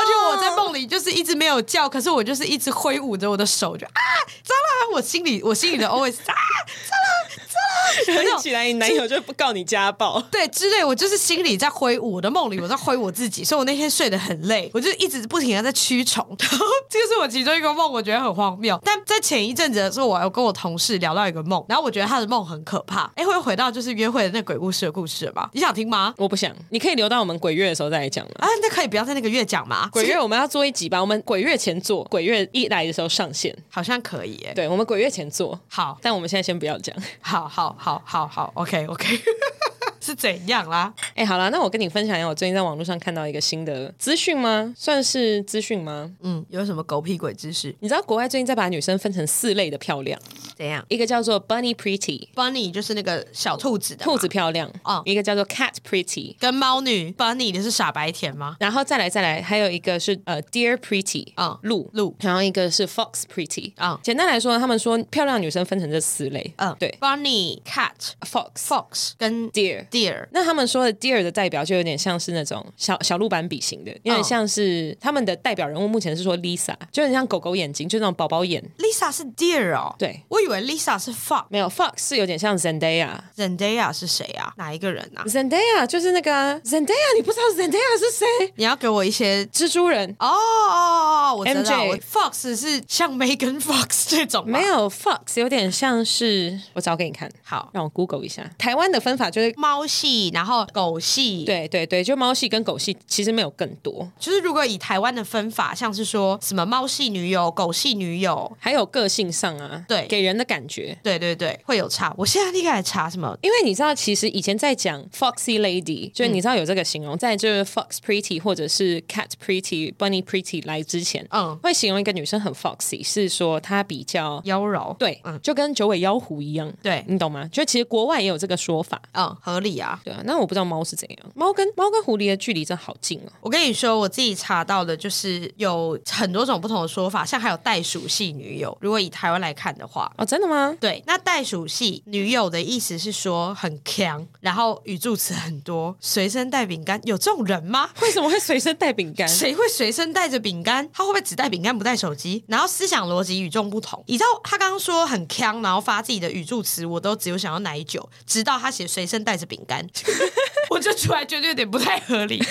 B: 而且我在梦里就是一直没有叫，可是我就是一直挥舞着我的手，就啊，蟑螂！我心里我心里的 always 啊，蟑螂，蟑
A: 然后起来，你男友就不告你家暴。
B: 对之类，我就是心里在挥舞，我的梦里我在挥我自己，所以我那天睡得很累，我就一直不停的在驱虫。 然后这个是我其中一个梦，我觉得很荒谬。但在前一阵子的时候，我有跟我同事聊到一个梦，然后我觉得他的梦很可怕。哎，会回到就是约会的那鬼故事的故事了吧？你想听吗？
A: 我不想，你可以留到我们鬼月的时候再来讲嘛。
B: 啊，那可以不要在那个月讲吗？
A: 鬼月我们要做一集吧，我们鬼月前做，鬼月一来的时候上线。
B: 好像可以耶。
A: 对，我们鬼月前做，
B: 好，
A: 但我们现在先不要讲。
B: 好，好，好，好，好，OK，OK。OK，OK 是怎样啦？
A: 哎、好啦，那我跟你分享一下，我最近在网络上看到一个新的资讯吗？算是资讯吗？
B: 嗯，有什么狗屁鬼知识？
A: 你知道国外最近在把女生分成四类的漂亮，
B: 怎样
A: 一个叫做 bunny pretty，
B: ？Bunny 就是那个小兔子的嘛
A: 兔子漂亮，
B: 哦
A: 一个叫做 cat pretty，
B: 跟猫女 Bunny 的是傻白甜吗？
A: 然后再来再来，还有一个是呃 deer pretty
B: 嗯
A: 鹿
B: 鹿
A: 然后一个是 fox pretty
B: 嗯
A: 简单来说，他们说漂亮女生分成这四类，
B: 嗯，
A: 对
B: ，Bunny、Cat、
A: fox
B: Fox 跟
A: deer。
B: Deer，
A: 那他们说的 deer 的代表就有点像是那种小小鹿斑比型的，
B: 嗯
A: 有点像是他们的代表人物目前是说 Lisa，就很像狗狗眼睛，就那种宝宝眼。
B: Lisa 是 Deer 哦，
A: 对，
B: 我以为 Lisa 是 Fox。
A: 没有 fox 是有点像 Zendaya。
B: Zendaya 是谁啊？哪一个人啊？
A: Zendaya 就是那个啊、Zendaya，你不知道 Zendaya 是谁？
B: 你要给我一些
A: 蜘蛛人
B: 哦哦哦，我知道
A: MJ
B: 我，Fox 是像 Megan Fox 这种吗
A: 没有 fox 有点像是我找给你看，
B: 好
A: 让我 Google 一下。台湾的分法就是
B: 猫系，然后狗系，，
A: 对对对，就猫系跟狗系其实没有更多，
B: 就是如果以台湾的分法，像是说什么猫系女友、狗系女友，
A: 还有个性上啊，
B: 对
A: 给人的感觉。
B: 对对对，会有差。我现在立刻来查什么？
A: 因为你知道，其实以前在讲 foxy lady，就是你知道有这个形容，在就是 fox pretty 或者是 cat pretty、bunny pretty 来之前，
B: 嗯
A: 会形容一个女生很 foxy，是说她比较
B: 妖娆，
A: 对，
B: 嗯
A: 就跟九尾妖狐一样，
B: 对
A: 你懂吗？就其实国外也有这个说法。
B: 嗯，合理啊。
A: 对啊，那我不知道猫是怎样，猫跟猫跟狐狸的距离真好近哦。
B: 我跟你说，我自己查到的，就是有很多种不同的说法，像还有袋鼠系女友。如果以台湾来看的话，
A: 哦，真的吗？
B: 对，那袋鼠系女友的意思是说很强，然后语助词很多，随身带饼干，有这种人吗？
A: 为什么会随身带饼 干？
B: 谁会随身带着饼干？他会不会只带饼干不带手机？然后思想逻辑与众不同。你知道他刚刚说很强，然后发自己的语助词，我都只有想要奶酒，直到他写随身带着饼干， 我就突然觉得有点不太合 理。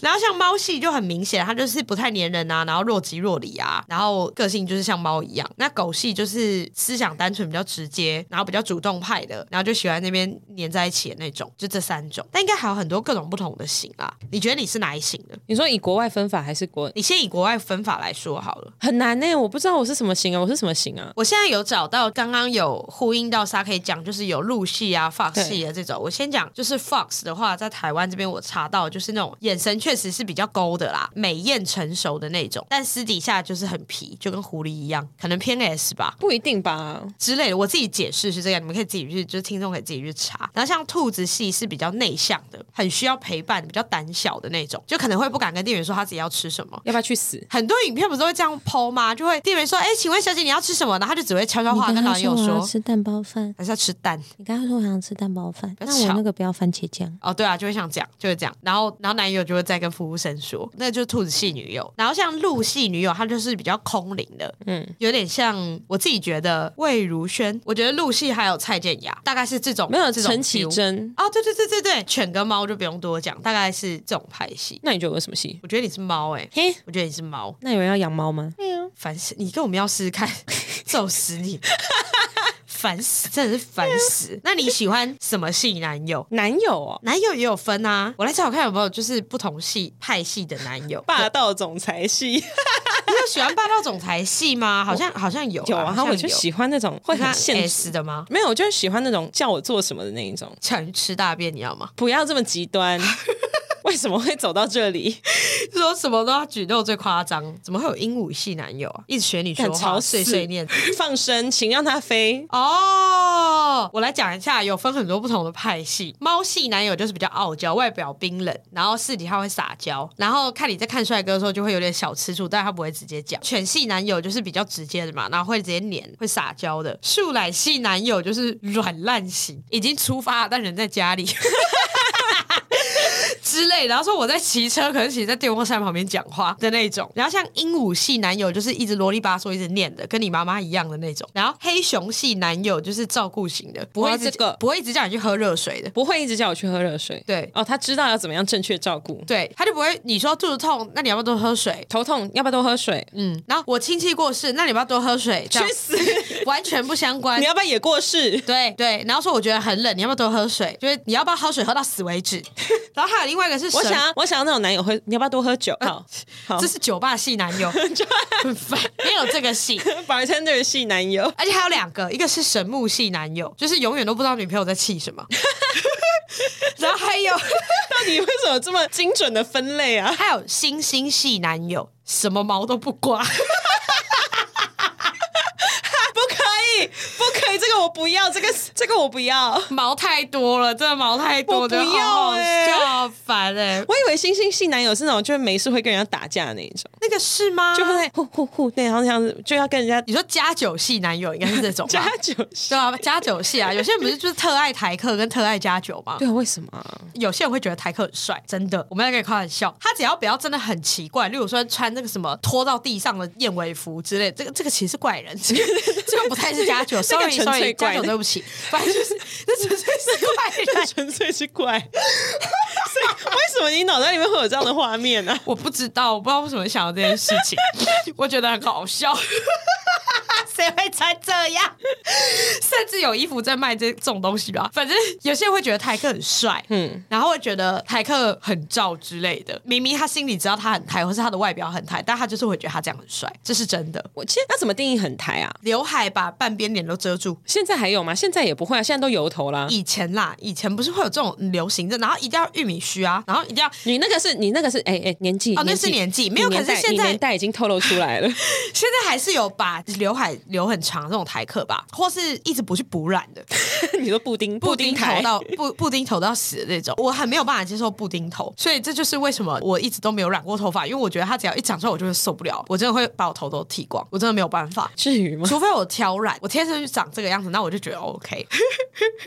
B: 然后像猫系就很明显，它就是不太粘人啊，然后若即若离啊，然后个性就是像猫一样。那狗系就是思想单纯、比较直接，然后比较主动派的，然后就喜欢那边粘在一起的那种，就这三种。但应该还有很多各种不同的型啊。你觉得你是哪一型的？
A: 你说以国外分法还是国
B: 你先以国外分法来说好了。
A: 很难呢、我不知道我是什么型啊，我是什么型啊？
B: 我现在有找到，刚刚有呼应到沙可以讲，就是有陆系啊、Fox 系啊这种。我先讲，就是 Fox 的话，在台湾这边我查到，就是那种眼神确实是比较勾的啦，美艳成熟的那种，但私底下就是很皮，就跟狐狸一样，可能偏 S 吧。
A: 不一定吧？
B: 之类的，我自己解释是这样，你们可以自己去，就是听众可以自己去查。然后像兔子系是比较内向的，很需要陪伴，比较胆小的那种，就可能会不敢跟店员说他自己要吃什么，
A: 要不要去死？
B: 很多影片不是会这样剖吗？就会店员说：“哎、请问小姐你要吃什么？”然后他就只会悄悄话跟男友
C: 我要
B: 说
C: 吃蛋包饭，
B: 还是要吃蛋。
C: 你刚刚说我想吃蛋包饭，
B: 要
C: 那我
B: 炒
C: 那个不要番茄酱。
B: 哦，对啊，就会像这样，就会这样。然后，然后男友就会再跟服务生说，那就是兔子系女友。然后像鹿系女友，她就是比较空灵的，嗯，有点像我自己觉得魏如萱，我觉得鹿系还有蔡健雅，大概是这种
A: 没有
B: 这种
A: 陈绮
B: feel
A: 贞，
B: 哦，对对对对对，犬跟猫就不用多讲，大概是这种派系。
A: 那你觉得我什么系？
B: 我觉得你是猫哎、
A: 嘿，
B: 我觉得你是猫，
A: 那有人要养猫吗？
B: 烦死！你跟我们要试试 看，揍死你！烦死，真的是烦死。那你喜欢什么系男友？
A: 男友哦，
B: 男友也有分啊，我来找找看有没有就是不同系派系的男友。
A: 霸道总裁系
B: 你有喜欢霸道总裁系吗？好像好像有、
A: 有
B: 好
A: 啊，
B: 像
A: 我就喜欢那种会
B: 欢
A: 很
B: 他哎
A: 现
B: S
A: 实。
B: 的吗？
A: 没有，我就是喜欢那种叫我做什么的那一种，
B: 想去吃大便，你要吗？
A: 不要这么极端。为什么会走到这里？
B: 说什么都要举动最夸张，怎么会有鹦鹉系男友啊？一直学你说
A: 干
B: 话，
A: 吵死
B: 碎碎念。
A: 放生，请让它飞。
B: 哦，我来讲一下，有分很多不同的派系。猫系男友就是比较傲娇，外表冰冷，然后私底下会撒娇，然后看你在看帅哥的时候就会有点小吃醋，但他不会直接讲。犬系男友就是比较直接的嘛，然后会直接黏，会撒娇的。树懒系男友就是软烂型，已经出发了，但人在家里。之类的，然后说我在骑车，可能骑在电风扇旁边讲话的那种。然后像鹦鹉系男友就是一直啰里吧嗦，一直念的，跟你妈妈一样的那种。然后黑熊系男友就是照顾型的，不会一直、
A: 哇这个
B: 不会一直叫你去喝热水的。
A: 不会一直叫我去喝热水。
B: 对
A: 哦，他知道要怎么样正确照顾。
B: 对，他就不会你说肚子痛，那你要不要多喝水？
A: 头痛要不要多喝水？
B: 嗯，然后我亲戚过世，那你要不要多喝水？这样
A: 去 死
B: 完全不相关
A: 你。要不要也过世？
B: 对对，然后说我觉得很冷，你要不要多喝水？就是你要不要喝水喝到死为 止。然后还有另外一个是
A: 我
B: 神
A: 想要，我想要那种男友会，你要不要多喝酒？好，好，
B: 啊 这是酒吧系男 友，很烦， 没有这个系。
A: bartender 系男 友。
B: 而且还有两个，一个是神木系男友，就是永远都不知道女朋友在气什么。 然后还有
A: 到底为什么有这么精准的分类啊？
B: 还有星星系男友，什么毛都不刮。
A: 不可以，不可以，这个我不要，这个这个我不要。
B: 毛太多了，真的毛太
A: 我
B: 多，
A: 不
B: 真的好好
A: 要欸
B: 笑，好烦哎、
A: 我以为星星系男友是那种就是没事会跟人家打架的那一种，
B: 那个是吗？
A: 就会在呼呼呼，对，然后这样子就要跟人 家
B: 你说加酒系男友应该是这种吧
A: 加？酒系。
B: 对啊，加酒系啊，有些人不是就是特爱台客跟特爱加酒吗？
A: 对啊，为什么啊？
B: 有些人会觉得台客很帅，真的，我们在跟你开玩笑。他只要不要真的很奇怪，例如说穿那个什么拖到地上的燕尾服之类，这个这个其实是怪人， 这个这个不太是家酒
A: 这个
B: ，sorry
A: 纯粹
B: sorry，
A: 怪
B: 家
A: 人
B: 酒对不起，反正就是 这纯粹是怪人。
A: 纯粹是怪， 所以为什么你脑袋里面会有这样的画面呢、啊？
B: 我不知道，我不知道为什么想到这件事 情，我觉得很好笑。 谁会穿这样？甚至有衣服在卖这这种东西吧。反正有些人会觉得台客很帅，嗯，然后会觉得台客很照之类的。明明他心里知道他很台，或是他的外表很台，但他就是会觉得他这样很帅，这是真的。
A: 我其实要怎么定义很台啊？
B: 刘海把半边脸都遮住。
A: 现在还有吗？现在也不会啊，现在都油头啦。
B: 以前啦，以前不是会有这种流行的，然后一定要玉米须啊，然后一定要
A: 你那个是你那个是哎哎、年纪
B: 哦那是年纪没有
A: 你年代
B: 可是现
A: 你
B: 在
A: 年代已经透露出来了，
B: 现在还是有把刘海留很长这种台客吧，或是一直不去补染 的。
A: 你说布丁
B: 布丁头
A: 台
B: 到布布丁头到死的那种，我很没有办法接受布丁头，所以这就是为什么我一直都没有染过头发，因为我觉得它只要一长出来，我就会受不了，我真的会把我头都剃光，我真的没有办法。
A: 至于吗？
B: 除非我挑染，我天生就长这个样子，那我就觉得 OK。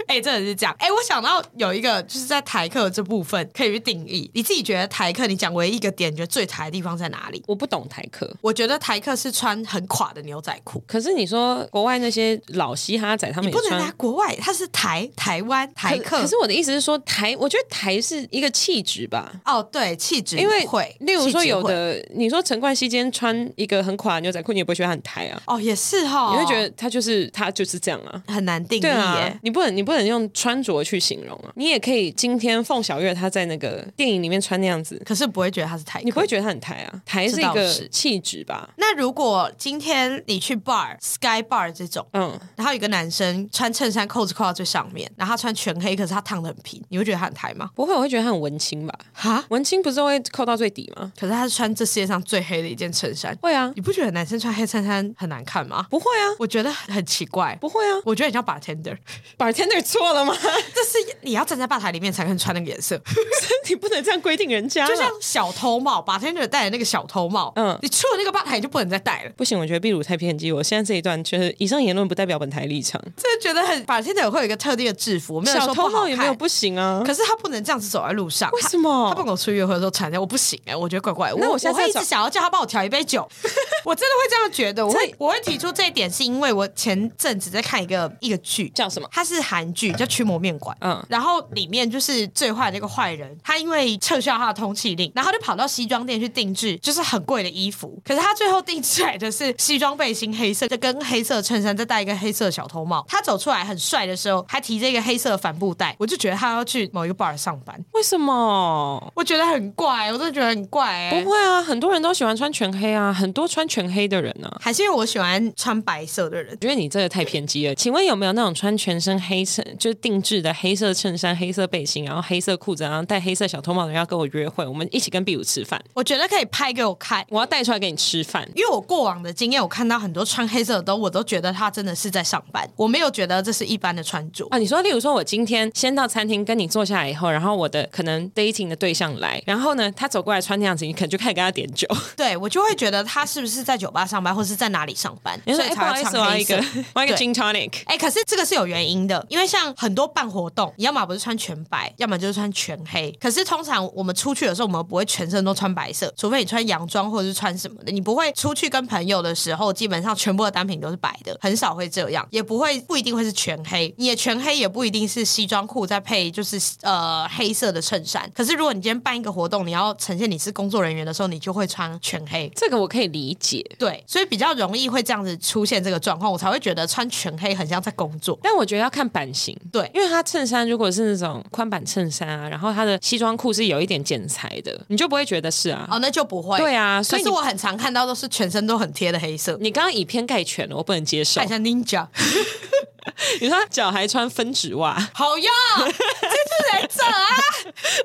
B: 哎、真的是这样。哎、我想到有一个就是在台客这部分可以去定义，你自己觉得台客，你讲唯一一个点，你觉得最台的地方在哪里？
A: 我不懂台客，
B: 我觉得台客是穿很垮的牛仔裤，
A: 可是你说国外那些老嘻哈仔他们
B: 不
A: 也
B: 能拿
A: 穿。
B: 国外，它是台台湾台
A: 可
B: 客。
A: 可是我的意思是说，台，我觉得台是一个气质吧，
B: 哦，对，气质
A: 因为
B: 会，
A: 例如说
B: 气质
A: 有
B: 会
A: 的，你说陈冠希今天穿一个很垮的牛仔裤，你也不会觉得他很台啊，
B: 哦，也是哈、
A: 你会觉得他就是他就是这样啊。
B: 很难定义
A: 对
B: 耶。
A: 啊，你不能你不能用穿着去形容啊，你也可以今天凤小岳她在那个电影里面穿那样子，
B: 可是不会觉得他是台客，
A: 你不会觉得她很台啊？台是一
B: 这倒
A: 个
B: 是
A: 气质吧？
B: 那如果今天你去 bar sky bar 这种，
A: 嗯，
B: 然后有一个男生穿衬衫扣子扣到最上面，然后他穿全黑，可是他烫的很平，你会觉得他很台吗？
A: 不会，我会觉得她很文青吧？
B: 哈，
A: 文青不是都会扣到最底吗？
B: 可是他是穿这世界上最黑的一件衬衫，
A: 会啊，
B: 你不觉得男生穿黑衬衫很难看吗？
A: 不会啊，
B: 我觉得很奇怪，
A: 不会啊
B: 我觉得你像 bartender，
A: ，bartender 错了吗？
B: 这是你要站在吧台里面才能穿那个颜色，
A: 你不能这样规定人家啦，啊
B: 就像小偷帽，bartender 戴的那个小偷帽，嗯
A: 嗯，
B: 你出了那个吧台你就不能再戴了。
A: 不行，我觉得秘鲁太偏激。我现在这一段就是以上言论不代表本台立场。
B: 真的觉得很 bartender 会有一个特定的制服，我没有
A: 小
B: 说不
A: 偷
B: 好
A: 帽
B: 看
A: 也没有不行啊。
B: 可是他不能这样子走在路上，
A: 为
B: 他
A: 什么
B: 他不跟我出去约会的时候穿这样，我不行哎、我觉得怪怪。
A: 那
B: 我
A: 我下次
B: 会
A: 要
B: 一直
A: 找
B: 想要叫他帮我调一 杯酒，我真的会这样觉得。我会我会提出这一点，是因为我前阵子在看一个一个剧，
A: 叫什么
B: 它是韩剧，叫《驱魔面馆》。嗯
A: 嗯，
B: 然后里面就是最坏的那个坏人，他因为撤销他的通缉令，然后就跑到西装店去定制，就是很贵的衣服。可是他最后定制来的是西装背心黑色，就跟黑色衬衫，再戴一个黑色小头帽。他走出来很帅的时候，还提着一个黑色的帆布袋，我就觉得他要去某一个 bar 上班。
A: 为什么？
B: 我觉得很怪，我真的觉得很怪、欸。
A: 不会啊，很多人都喜欢穿全黑啊，很多穿全黑的人啊。
B: 还是因为我喜欢穿白色的人
A: 我。觉得你这个太偏激了。请问有没有那种穿全身黑衬，就是定制的黑色衬衫、黑色背心，然后黑色裤子，然后戴黑色小头帽的人要跟我约会，我们一起跟秘鲁吃饭？
B: 我觉得可以拍给我看，
A: 我要带出来给你吃饭。
B: 因为我过往的经验，我看到很多穿黑色的兜，我都觉得他真的是在上班，我没有觉得这是一般的穿着。
A: 啊，你说，例如说，我今天先到餐厅跟你坐下来以后，然后我的可能 dating 的对象来，然后呢，他走过来穿那样子，你可能就开始跟他点酒。
B: 对我就会觉得他是不是在酒吧上班，或是在哪里上班，
A: 你
B: 所
A: 说，
B: 以
A: 哎、不
B: 才
A: 好
B: 会
A: 意
B: 穿
A: 思，我要
B: 黑
A: 一
B: 色
A: 个。，我要一个
B: 对
A: gin tonic。
B: 哎、可是这个是有原因的，因为像很多办活动，你要么不是穿全白，要么就是穿全黑。可是通常我们出去的时候，我们不会全身都穿白色，除非你穿洋装或者是穿什么的，你不会出去跟朋友的时候，基本上全部的单品都是白的，很少会这样，也不会不一定会是全黑，你也全黑也不一定是西装裤再配就是呃黑色的衬衫。可是如果你今天办一个活动，你要呈现你是工作人员的时候，你就会穿全黑。
A: 这个我可以理解，
B: 对，所以比较容易会这样子出现这个状况，我才会觉得穿全黑很像在工作。
A: 但我觉得要看版型。
B: 对
A: 因为他衬衫如果是那种宽版衬衫啊，然后他的西装裤是有一点剪裁的，你就不会觉得是啊。
B: 哦，那就不会。
A: 对啊所
B: 可
A: 以
B: 是
A: 你
B: 我很常看到都是全身都很贴的黑色，
A: 你刚刚以偏概全了，我不能接受
B: 看。像 ninja，
A: 你说他脚还穿分趾 袜，
B: 好用， 这就是忍者啊！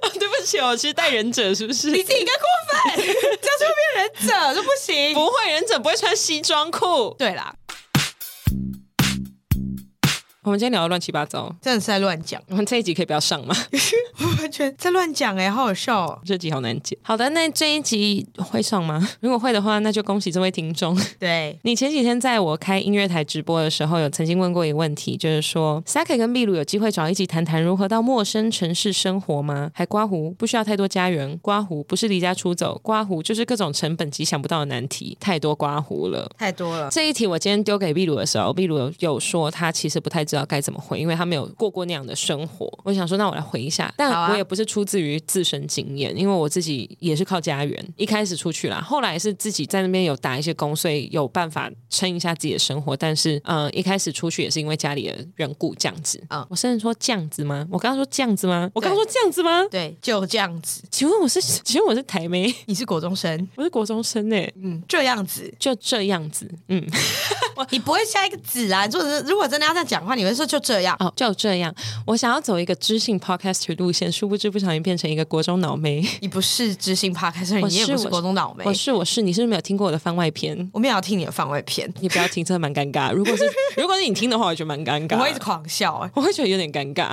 A: 哦对不起，我是带忍者是不 是？
B: 你自己更过分，这样就会变忍者就不行。
A: 不会忍者不会穿西装裤。
B: 对啦，
A: 我们今天聊的乱七八糟，
B: 真的是在乱讲，
A: 我们这一集可以不要上吗？
B: 我完全在乱讲哎、好好笑哦。
A: 这集好难解。好的，那这一集会上吗？如果会的话，那就恭喜这位听众。
B: 对，
A: 你前几天在我开音乐台直播的时候，有曾经问过一个问题，就是说 Saki 跟秘鲁有机会找一起谈谈如何到陌生城市生活吗？还刮胡不需要太多家园，刮胡不是离家出走，刮胡就是各种成本及想不到的难题，太多刮胡了。
B: 太多了。
A: 这一题我今天丢给秘鲁的时候，秘鲁有有说他其实不太知道该怎么回，因为他没有过过那样的生活。我想说，那我来回一下，
B: 好
A: 但
B: 啊
A: 我也不是出自于自身经验，因为我自己也是靠家园，一开始出去啦，后来是自己在那边有打一些工，所以有办法撑一下自己的生活。但是，嗯、一开始出去也是因为家里的缘故，这样子啊
B: 嗯。
A: 我甚至说这样子吗？我刚刚说这样子吗？我刚刚说这样子吗？
B: 对，就这样子。
A: 请问我是？请问我是台妹？
B: 你是国中生，
A: 我是国中生呢、
B: 嗯，这样子，
A: 就这样子，嗯。
B: 你不会下一个子啊？就是如果真的要这样讲话，你会说就这样。
A: 哦，就这样。我想要走一个知性 podcaster 路线，殊不知不小心变成一个国中脑妹。
B: 你不是知性趴开始，
A: 我
B: 哎你也
A: 是
B: 不是
A: 我
B: 国中脑妹
A: 我。是我是，你是不是没有听过我的番外篇？
B: 我们也要听你的番外篇，
A: 你不要听，真的蛮尴尬。如果是 如果是你听的话，我觉得蛮尴
B: 我
A: 尬。
B: 会一直狂笑哎、
A: 我会觉得有点尴尬，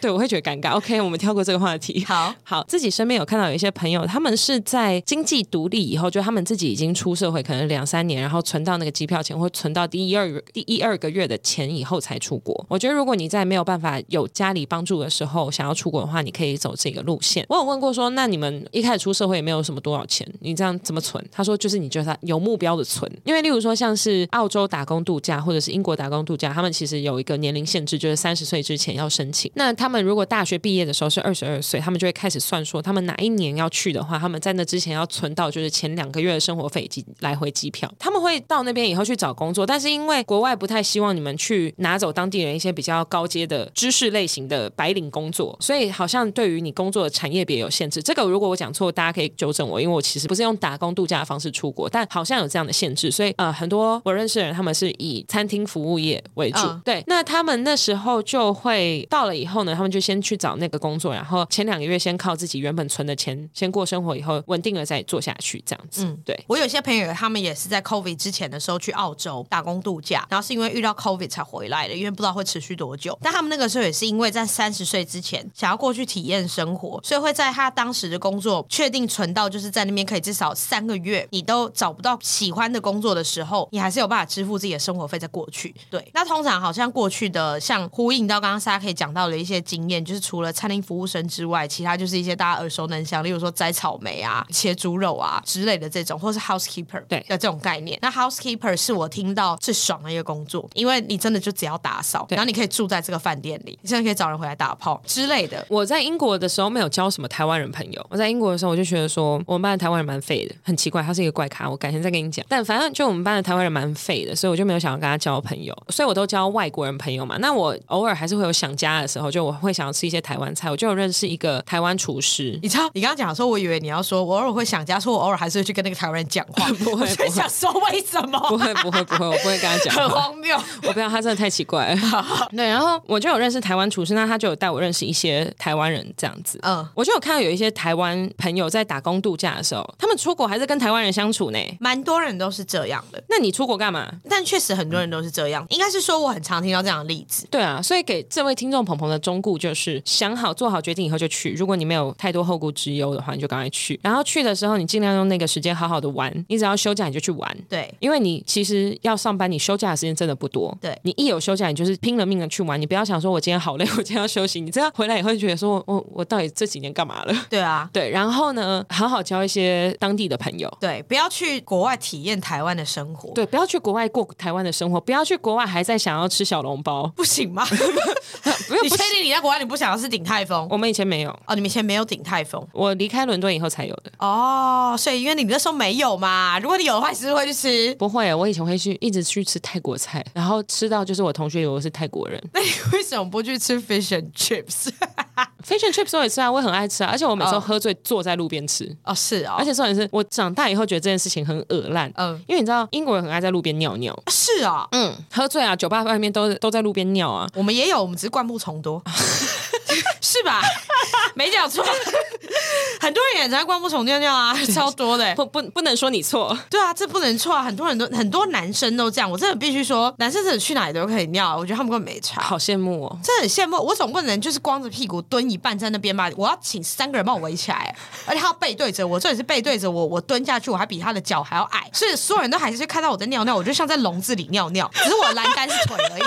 A: 对我会觉得尴尬。OK，我们跳过这个话题。
B: 好
A: 好，自己身边有看到有一些朋友，他们是在经济独立以后，就他们自己已经出社会，可能两三年，然后存到那个机票钱，或存到第一二第一二个月的钱以后才出国。我觉得，如果你在没有办法有家里帮助的时候，想要出国的话，你可以走这个路线。我有问过说，那你们一开始出社会也没有什么多少钱，你这样怎么存？他说，就是你觉得他有目标的存，因为例如说像是澳洲打工度假或者是英国打工度假，他们其实有一个年龄限制，就是三十岁之前要申请。那他们如果大学毕业的时候是二十二岁，他们就会开始算说，他们哪一年要去的话，他们在那之前要存到就是前两个月的生活费以及来回机票。他们会到那边以后去找工作，但是因为国外不太希望你们去拿走当地人一些比较高阶的知识类型的白领工作，所以好像对于你工作的产业别有限制。这个如果我讲错，大家可以纠正我，因为我其实不是用打工度假的方式出国，但好像有这样的限制，所以呃，很多我认识的人他们是以餐厅服务业为主，
B: 嗯
A: 对，那他们那时候就会到了以后呢，他们就先去找那个工作，然后前两个月先靠自己原本存的钱先过生活，以后稳定了再做下去，这样子，嗯，对。
B: 我有些朋友，他们也是在 COVID 之前的时候去澳洲打工度假，然后是因为遇到 COVID 才回来的，因为不知道会持续多久。但他们那个时候也是因为在三十岁之前想要过去体验生活，所以会在他当时的工作确定存到，就是在那边可以至少三个月，你都找不到喜欢的工作的时候，你还是有办法支付自己的生活费再过去。对，那通常好像过去的像呼应到刚刚大家可以讲到的一些经验，就是除了餐厅服务生之外，其他就是一些大家耳熟能详，例如说摘草莓啊、切猪肉啊之类的这种，或是 housekeeper
A: 对
B: 的这种概念。那 housekeeper 是我听到最爽的一个工作，因为你真的就只要打扫，
A: 对
B: 然后你可以住在这个饭店里，你真的可以找人回来打炮之类的。
A: 我在英国的时候没有交什么台湾人朋友。我在英国的时候，我就觉得说我们班的台湾人蛮废的，很奇怪，他是一个怪咖。我改天再跟你讲。但反正就我们班的台湾人蛮废的，所以我就没有想要跟他交朋友，所以我都交外国人朋友嘛。那我偶尔还是会有想家的时候，就我会想要吃一些台湾菜，我就有认识一个台湾厨师。
B: 你知道，你刚刚讲的时候，我以为你要说，我偶尔会想家，说我偶尔还是会去跟那个台湾人讲话，
A: 不会
B: 我就
A: 不会
B: 想说为什么？
A: 不会不会不会，我不会跟他讲
B: 很
A: 话。
B: 荒谬。
A: 我不知道他真的太奇怪了。 对，然后我就有认识台湾厨师，那他就有带我认识一些台湾人这样子。
B: 嗯，
A: 我就有看到有一些台湾朋友在打工度假的时候，他们出国还是跟台湾人相处呢。
B: 蛮多人都是这样的，
A: 那你出国干嘛？
B: 但确实很多
A: 嗯
B: 人都是这样。应该是说，我很常听到这样的例子。
A: 对啊，所以给这位听众鹏鹏的忠告就是：想好做好决定以后就去。如果你没有太多后顾之忧的话，你就赶快去。然后去的时候，你尽量用那个时间好好的玩。你只要休假你就去玩。
B: 对，
A: 因为你其实要上班，你休假的时间真的不多。
B: 对
A: 你一有休假，你就是拼了命的去玩。你不要想说我今天好累， 我今天要休息。你这样回来也会觉得说，我我到底这几年干嘛了？
B: 对啊，
A: 对，然后呢，好好交一些当地的朋友。
B: 对，不要去国外体验台湾的生活，
A: 对，不要去国外过台湾的生活，不要去国外还在想要吃小笼包。
B: 不行吗？
A: 不用
B: 你
A: 不
B: 确
A: 是，
B: 定你在国外你不想要吃鼎泰丰？
A: 我们以前没有，
B: 哦，你们以前没有鼎泰丰
A: 我离开伦敦以后才有的。
B: 哦，所以因为你那时候没有嘛，如果你有的话，你是不是会去吃？
A: 不会，啊我以前会去一直去吃泰国菜，然后吃到就是我同学以为我是泰国人。
B: 那你为什么不去吃 fish and chips？
A: Fish and chips 我也吃啊，我也很爱吃啊，而且我每次都
B: 哦
A: 喝醉坐在路边吃。
B: 哦，是哦，
A: 而且重点是我长大以后觉得这件事情很恶烂，
B: 嗯
A: 因为你知道英国人很爱在路边尿尿，
B: 是哦，嗯，
A: 喝醉啊，酒吧外面都都在路边尿啊。
B: 我们也有，我们只是灌木 丛多，是吧？ 没讲错， 很多人也在灌木丛尿尿啊，超多的欸。
A: 不不，不能说你错，
B: 对啊，这不能错啊！很多人都很多男生都这样，我真的必须说，男生真的去哪里都可以尿，我觉得他们根本没差。
A: 好羡慕哦。
B: 真的很羡慕，我总不能就是光着屁股蹲一半在那边吧？我要请三个人帮我围起来，而且他要背对着我，这也是背对着我，我蹲下去，我还比他的脚还要矮，所以所有人都还是看到我在尿尿，我就像在笼子里尿尿，只是我的栏杆是腿而已。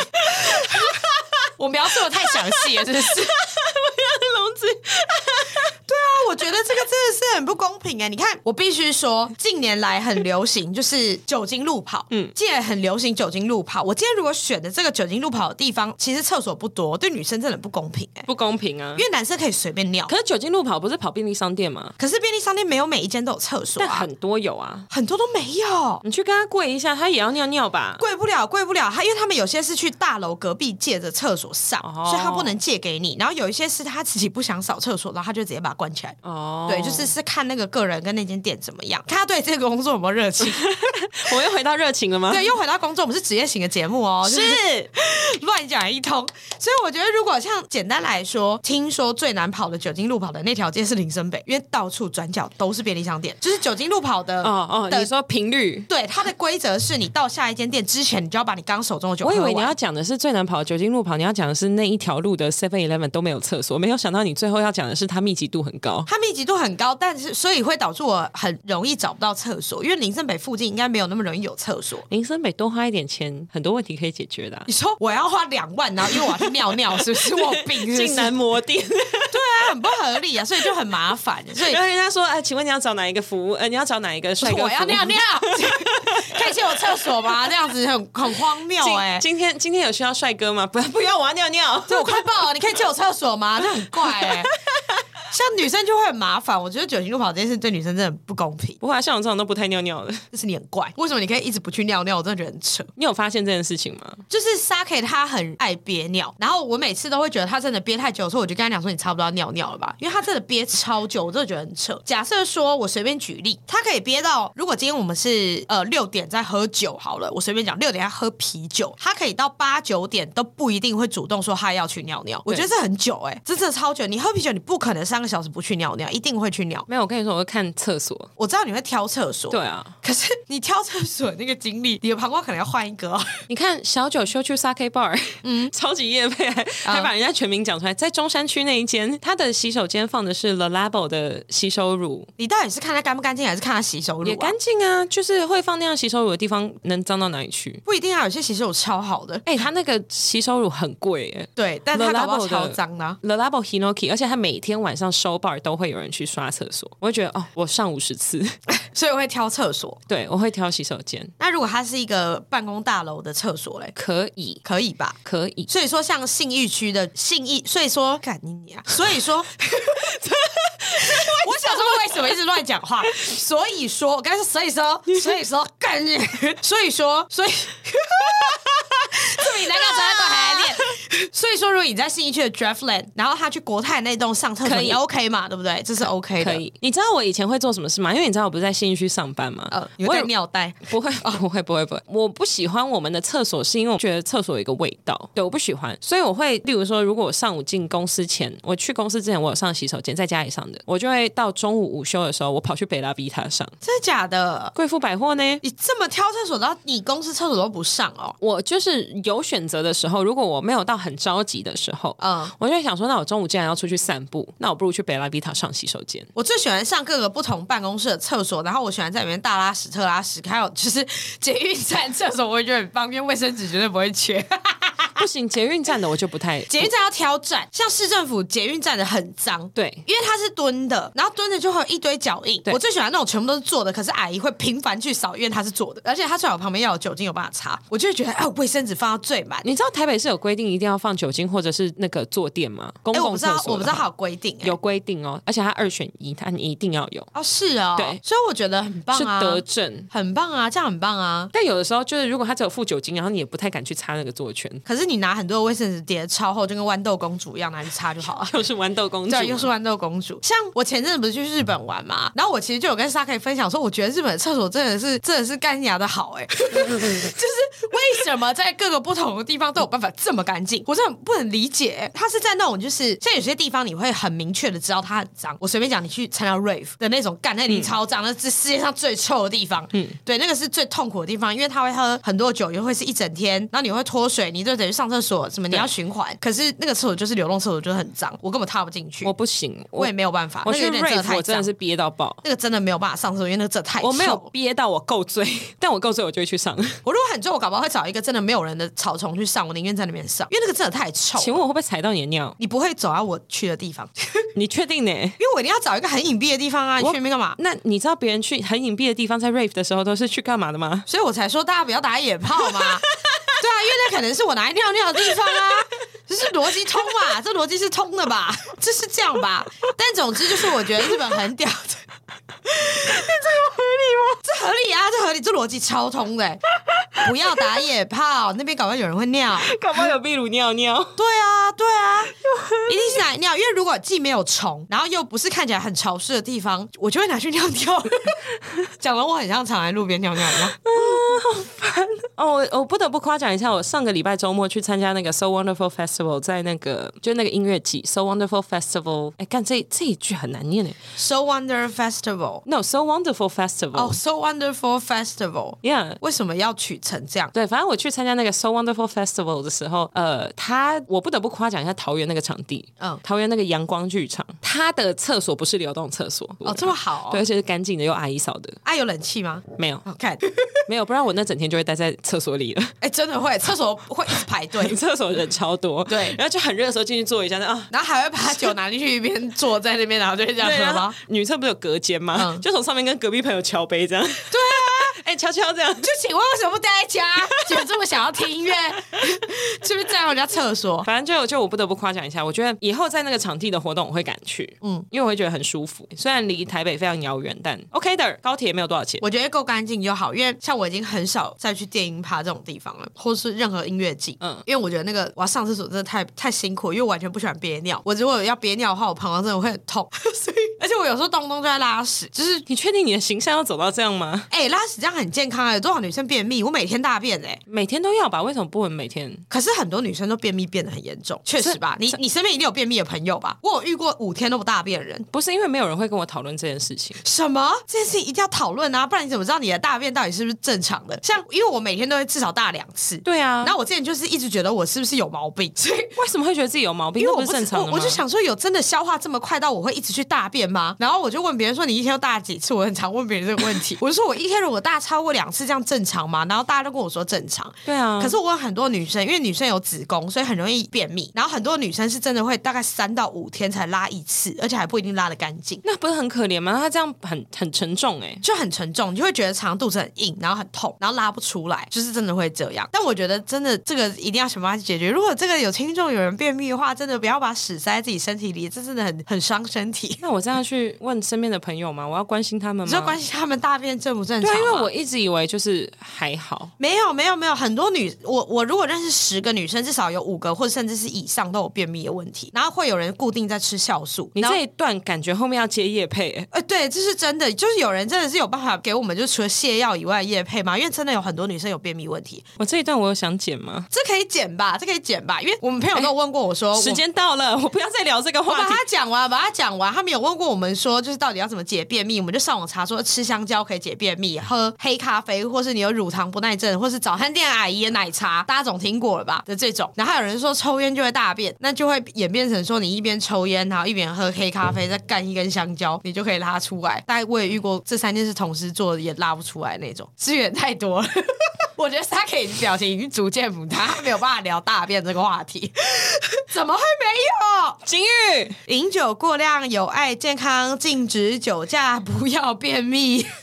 B: 我描述的太详细了，真 的是。我要笼子。对啊，我觉得这个真的是很不公平哎！你看，我必须说，近年来很流行就是酒精路跑，嗯，近年很流行酒精路跑。我今天如果选的这个酒精路跑的地方，其实厕所不多，对女生真的很不公平哎，
A: 不公平啊
B: 因！为男生可以随便尿，
A: 可是酒精路跑不是跑便利商店吗？
B: 可是便利商店没有每一间都有厕所
A: 但
B: 啊，
A: 很嗯多有啊，
B: 很多都没有。
A: 你去跟他跪一下，他也要尿尿吧？
B: 贵不了，贵不了。他因为他们有些是去大楼隔壁借着厕所上，
A: 哦
B: 所以他不能借给你。然后有一些是他自己不想扫厕所，然后他就直接把它关起来。
A: 哦，
B: 对，就是是看那个个人跟那间店怎么样，看他对这个工作有没有热情。
A: 我又回到热情了吗？
B: 对，又回到工作，我们是职业型的节目哦，就是
A: 是
B: 乱讲一通。所以我觉得，如果像简单来说，听说最难跑的酒精路跑的那条街是林森北，因为到处转角都是便利商店，就是酒精路跑的。
A: 哦哦，
B: 的
A: 你说频率？
B: 对，它的规则是你到下一间店之前，你就要把你刚手中的酒喝
A: 我
B: 完。
A: 以为你要讲的是最难跑的酒精路跑，你要讲的是那一条路的 Seven Eleven 都没有厕所，没有想到你最后要讲的是它密集度很高。
B: 它密集度很高，但是所以会导致我很容易找不到厕所，因为林森北附近应该没有那么容易有厕所。
A: 林森北多花一点钱，很多问题可以解决的 啊、
B: 你说我要花两万，然后因为我要去尿尿，是不是？我有病是不
A: 进
B: 是？
A: 男模店，
B: 对啊，很不合理啊，所以就很麻烦。欸所以
A: 然后人家说：“哎，请问你要找哪一个服务？呃，你要找哪一个 帅哥服务？”
B: 我要 尿尿，可以借我厕所吗？这样子很很荒谬
A: 今
B: 哎、
A: 今天今天有需要帅哥吗？不， 不要，我要尿尿。
B: 这我快爆了，你可以借我厕所吗？这很怪哎、像女生就会很麻烦，我觉得酒精路跑这件事对女生真的很不公平，
A: 不会、啊，像我这种都不太尿尿的。
B: 就是你很怪，为什么你可以一直不去尿尿？我真的觉得很扯。
A: 你有发现这件事情吗？
B: 就是 Saki 他很爱憋尿，然后我每次都会觉得他真的憋太久，所以我就跟他讲说你差不多要尿尿了吧，因为他真的憋超久，我真的觉得很扯。假设说我随便举例，他可以憋到，如果今天我们是呃六点在喝酒好了，我随便讲六点要喝啤酒，他可以到八九点都不一定会主动说他要去尿尿，我觉得这很久哎、这真的超久。你喝啤酒你不可能三个小时不去尿尿，一定会去尿。
A: 没有，我跟你说，我会看厕所。
B: 我知道你会挑厕所，
A: 对。啊，
B: 可是你挑厕所那个经历，你的膀胱可能要换一个、哦。
A: 你看小九修去 Sake Bar，嗯， 超级夜配，还还把人家全名讲出来。在中山区那一间，他的洗手间放的是 The Labo 的洗手乳，
B: 你到底是看它干不干净，还是看它洗手乳、啊？
A: 也干净啊，就是会放那样洗手乳的地方，能脏到哪里去？
B: 不一定啊，有些洗手乳超好的，
A: 哎、他那个洗手乳很贵耶、
B: 对，但它
A: The
B: 搞不好
A: Labo
B: 超
A: 的
B: 脏的啊、
A: The Labo Hinoki，而且他每天晚上收 bar 都会有人去刷厕所，我会觉得哦，我上五十次，
B: 所以我会挑厕所。
A: 对我会挑洗手间，
B: 那如果它是一个办公大楼的厕所嘞，
A: 可以，
B: 可以吧？
A: 可以，
B: 所以说，像信义区的信义，所以说，干你你啊！所以 说，我想说为什么一直乱讲话？所以说，我刚才说，所以说，所以说，干你，所以说，所以，这比南港展览馆还来练。所以说，如果你在信义区的 Draftland，然后他去国泰那栋上厕所，
A: 可以
B: 也 OK 嘛，对不对？这是 OK 的。
A: 可以，你知道我以前会做什么事吗？因为你知道我不是在信义区上班吗？
B: 呃，有
A: 我
B: 带
A: 有
B: 尿袋，
A: 不会， 哦，不会，不会，不会。我不喜欢我们的厕所，是因为我觉得厕所有一个味道，对，我不喜欢。所以我会，例如说，如果我上午进公司前，我去公司之前，我有上洗手间，在家里上的，我就会到中午午休的时候，我跑去北拉比塔上
B: 真的假的？
A: 贵妇百货呢。
B: 你这么挑厕所，然后你公司厕所都不上哦？
A: 我就是有选择的时候，如果我没有到很着急的时候，
B: 嗯，
A: 我就会想说，那我中午既然要出去散步，那我不如去北拉比塔上洗手间。
B: 我最喜欢上各个不同办公室的厕所，然后我喜欢在里面大拉屎、特拉屎，还有 就是捷运站厕所，我也觉得很方便，卫生纸绝对不 会缺。
A: 不行，捷运站的我就不太
B: 啊 捷运站要挑站，像市政府捷运站的很脏，
A: 对。
B: 因为它是蹲的，然后蹲着就会有一堆脚印。
A: 对
B: 我最喜欢那种全部都是坐的，可是阿姨会频繁去扫，因为她是坐的，而且她最好旁边要有酒精，有办法擦。我就会觉得，哎，卫生纸放到最满。
A: 你知道台北是有规定一定要放酒精或者是那个坐垫吗？公
B: 哎，我不
A: 共
B: 知
A: 厕
B: 道
A: 所、，
B: 我不知道它有规定、哎
A: 有规定哦，而且它二选一，它你一定要有，
B: 哦，是哦，
A: 对
B: 所以我觉得很棒
A: 是
B: 啊，
A: 德政。
B: 很棒啊，这样很棒啊。
A: 但有的时候就是，如果它只有附酒精，然后你也不太敢去擦那个坐圈，
B: 可是你拿很多的卫生纸叠超厚，就跟豌豆公主一样拿去擦 就好了。
A: 又是豌豆公主，
B: 对，又是豌豆公主。像我前阵子不是去日本玩嘛，然后我其实就有跟沙克分享说，我觉得日本的厕所真的是真的是干牙的好哎、就是为什么在各个不同的地方都有办法这么干净，我真的很不能理解、它是在那种就是像有些地方你会很明确的知道它很脏，我随便讲你去参加 rave 的那种，干那
A: 嗯
B: 里超脏，那是世界上最臭的地方。嗯，对，那个是最痛苦的地方，因为他会喝很多酒，也会是一整天，然后你会脱水，你就等于上厕所什么你要循环，可是那个厕所就是流动厕所，就是很脏，我根本踏不进去。
A: 我不行，
B: 我也没有办法，
A: 我
B: 那
A: 去
B: 个有点真的
A: rave，
B: 太
A: 我真的
B: 脏
A: 是憋到爆，
B: 那个真的没有办法上厕所，因为那个真的太
A: 我没有
B: 臭了
A: 憋到我够醉，但我够醉我就会去上。
B: 我如果很重，我搞不好会找一个真的没有人的草丛去上，我宁愿在那边上，因为那个真的太臭了。
A: 请问我会不会踩到你的尿？
B: 你不会走到我去的地方，
A: 你确定呢？
B: 因为我一定要找一个很隐蔽的地方啊！你去那边干嘛？
A: 那你知道别人去很隐蔽的地方在 rave 的时候都是去干嘛的吗？
B: 所以我才说大家不要打野炮 嘛。对啊，因为那可能是我拿来尿尿的地方啊，就是逻辑通嘛，这逻辑是通的吧？就是这样吧。但总之就是我觉得日本很屌的。这个合理吗？这合理啊，这合理，这逻辑超通的、欸。不要打野炮，那边搞不好有人会尿。
A: 搞不好有秘鲁尿尿。
B: 对啊，对啊，一定是拿来尿，因为如果既没有虫，然后又不是看起来很潮湿的地方，我就会拿去尿尿。讲的我很像常在路边尿尿一样。
A: 哦，我我不得不夸奖一下，我上个礼拜周末去参加那个 So Wonderful Festival，在那个就那个音乐季 So Wonderful Festival，哎，干这这一句很难念诶
B: So Wonder Festival，
A: No So Wonderful
B: 哦、
A: Festival，Yeah。
B: s o Wonderful Festival，为什么要取成这样？
A: 对，反正我去参加那个 So Wonderful Festival 的时候，呃，他我不得不夸奖一下桃园那个场地，
B: 嗯
A: 嗯，桃园那个阳光剧场，它的厕所不是流动厕所，
B: 哦，这么好、
A: 对，而
B: 哦，嗯
A: 且是干净的，有阿姨扫的，
B: 啊，有冷气吗？
A: 没有
B: 好 看，
A: 没有，不然我那整天就会待在厕所里了。，
B: 哎、真的会，厕所会一直排队
A: 厕所人超多，
B: 对
A: 然后就很热的时候进去坐一下，那啊。
B: 然后还会把酒拿进去，一边坐在那边，然后就会这样
A: 对，
B: 喝
A: 然后
B: 吗？
A: 女厕不是有隔间吗？
B: 嗯
A: 就从上面跟隔壁朋友敲杯这样。对啊， 哎、敲敲这样。
B: 就请问为什么不待在 家？就这么想要听音乐， 是不是占用人家厕所？
A: 反正就就我不得不夸奖一下，我觉得以后在那个场地的活动我会敢去，嗯，因为我会觉得很舒服。虽然离台北非常遥远，但 OK 的，高铁也没有多少钱。
B: 我觉得够干净就好，因为像我已经很少再去电音趴这种地方了，或是任何音乐季。嗯
A: 嗯，
B: 因为我觉得那个我要上厕所真的太太辛苦，因为我完全不喜欢憋尿。我如果要憋尿的话，我膀胱真的会很痛， 所以而且我有时候动不动就在拉屎，就是。
A: 你确定你的形象要走到这样吗？
B: 哎、拉屎这样很健康啊！有多少女生便秘？我每天大便哎、
A: 每天都要吧？为什么不能每天？
B: 可是很多女生都便秘变得很严重，确实吧？你你身边一定有便秘的朋友吧？我有遇过五天都不大便的人，
A: 不是因为没有人会跟我讨论这件事情。
B: 什么？这件事情一定要讨论啊，不然你怎么知道你的大便到底是不是正常的？像因为我每天都会至少大两次，
A: 对啊，
B: 然后我之前就是一直觉得我是不是有毛病， 所以。
A: 为什么会觉得自己有毛病？
B: 因为
A: 那
B: 我
A: 不
B: 不
A: 是正
B: 知
A: 常的
B: 我
A: 吗？
B: 我就想说，有真的消化这么快到我会一直去大便吗？然后我就问别人说，你一天要大几次？我很常问别人这个问题。我就说我一天如果大超过两次，这样正常吗？然后大家都跟我说正常。
A: 对啊，
B: 可是我问很多女生，因为女生有子宫，所以很容易便秘。然后很多女生是真的会大概三到五天才拉一次，而且还不一定拉得干净，
A: 那不是很可怜吗？那他这样很很沉重哎、
B: 就很沉重，你就会觉得肠肚子很硬，然后很痛，然后拉不出来，就是真的会这样。但我觉得真的这个一定要想办法去解决。如果这个有听众有人便秘的话，真的不要把屎塞在自己身体里，这真的很很伤身体。
A: 那我这样去问身边的朋友吗？我要关心他们吗？
B: 你就关心他们大便正不正
A: 嗯对
B: 常
A: 啊，
B: 吗？
A: 因为我一直以为就是还好，
B: 没有没有没有，很多女我我如果认识十个女生，至少有五个或者甚至是以上都有便秘的问题，然后会有人固定在吃酵素。
A: 你
B: 然后
A: 这一段感觉后面要接叶配、欸，
B: 呃，对，这是真的，就是有人真的是有办法给我们，就除了泻药以外的叶配嘛，因为真的有很多女生有便秘问题，
A: 我这一段我有想剪吗？
B: 这可以减吧，这可以减吧，因为我们朋友都有问过我说，哦 我
A: 时间到了，我不要再聊这个
B: 我
A: 话
B: 把
A: 题
B: 它。讲完，把它讲完。他们有问过我们说，就是到底要怎么解便秘，我们就上网查说吃香蕉可以解便秘，喝黑咖啡，或是你有乳糖不耐症，或是早餐店阿姨的奶茶，大家总听过了吧的这种。然后还有人说抽烟就会大便，那就会演变成说你一边抽烟，然后一边喝黑咖啡，再干一根香蕉，你就可以拉出来。但我也遇过这三件事同时做也拉不出来那种，资源太多了。我觉得 s a k 表情已经逐渐不大，他没有办法聊大便这个话题， 怎么会没有？
A: 金玉，
B: 饮酒过量有害健康，禁止酒驾，不要便秘。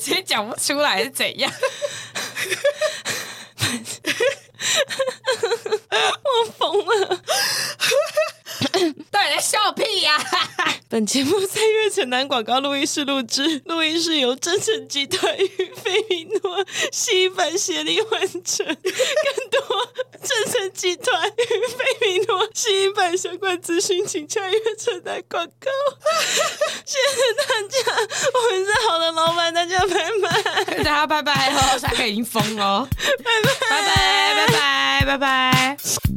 B: 直接讲不出来是怎样？
A: 我疯了！
B: 到底在笑屁呀、
A: 本节目在月城南广告录音室录制，录音室由真诚集团与费米诺西凡协力完成。更多真诚集团与费米诺西凡相关资讯，请洽月城南广告。 谢谢大家，我们是好的老板，大家拜拜。
B: 大家哦拜拜喽，下课已经疯了，拜拜拜拜拜拜拜拜。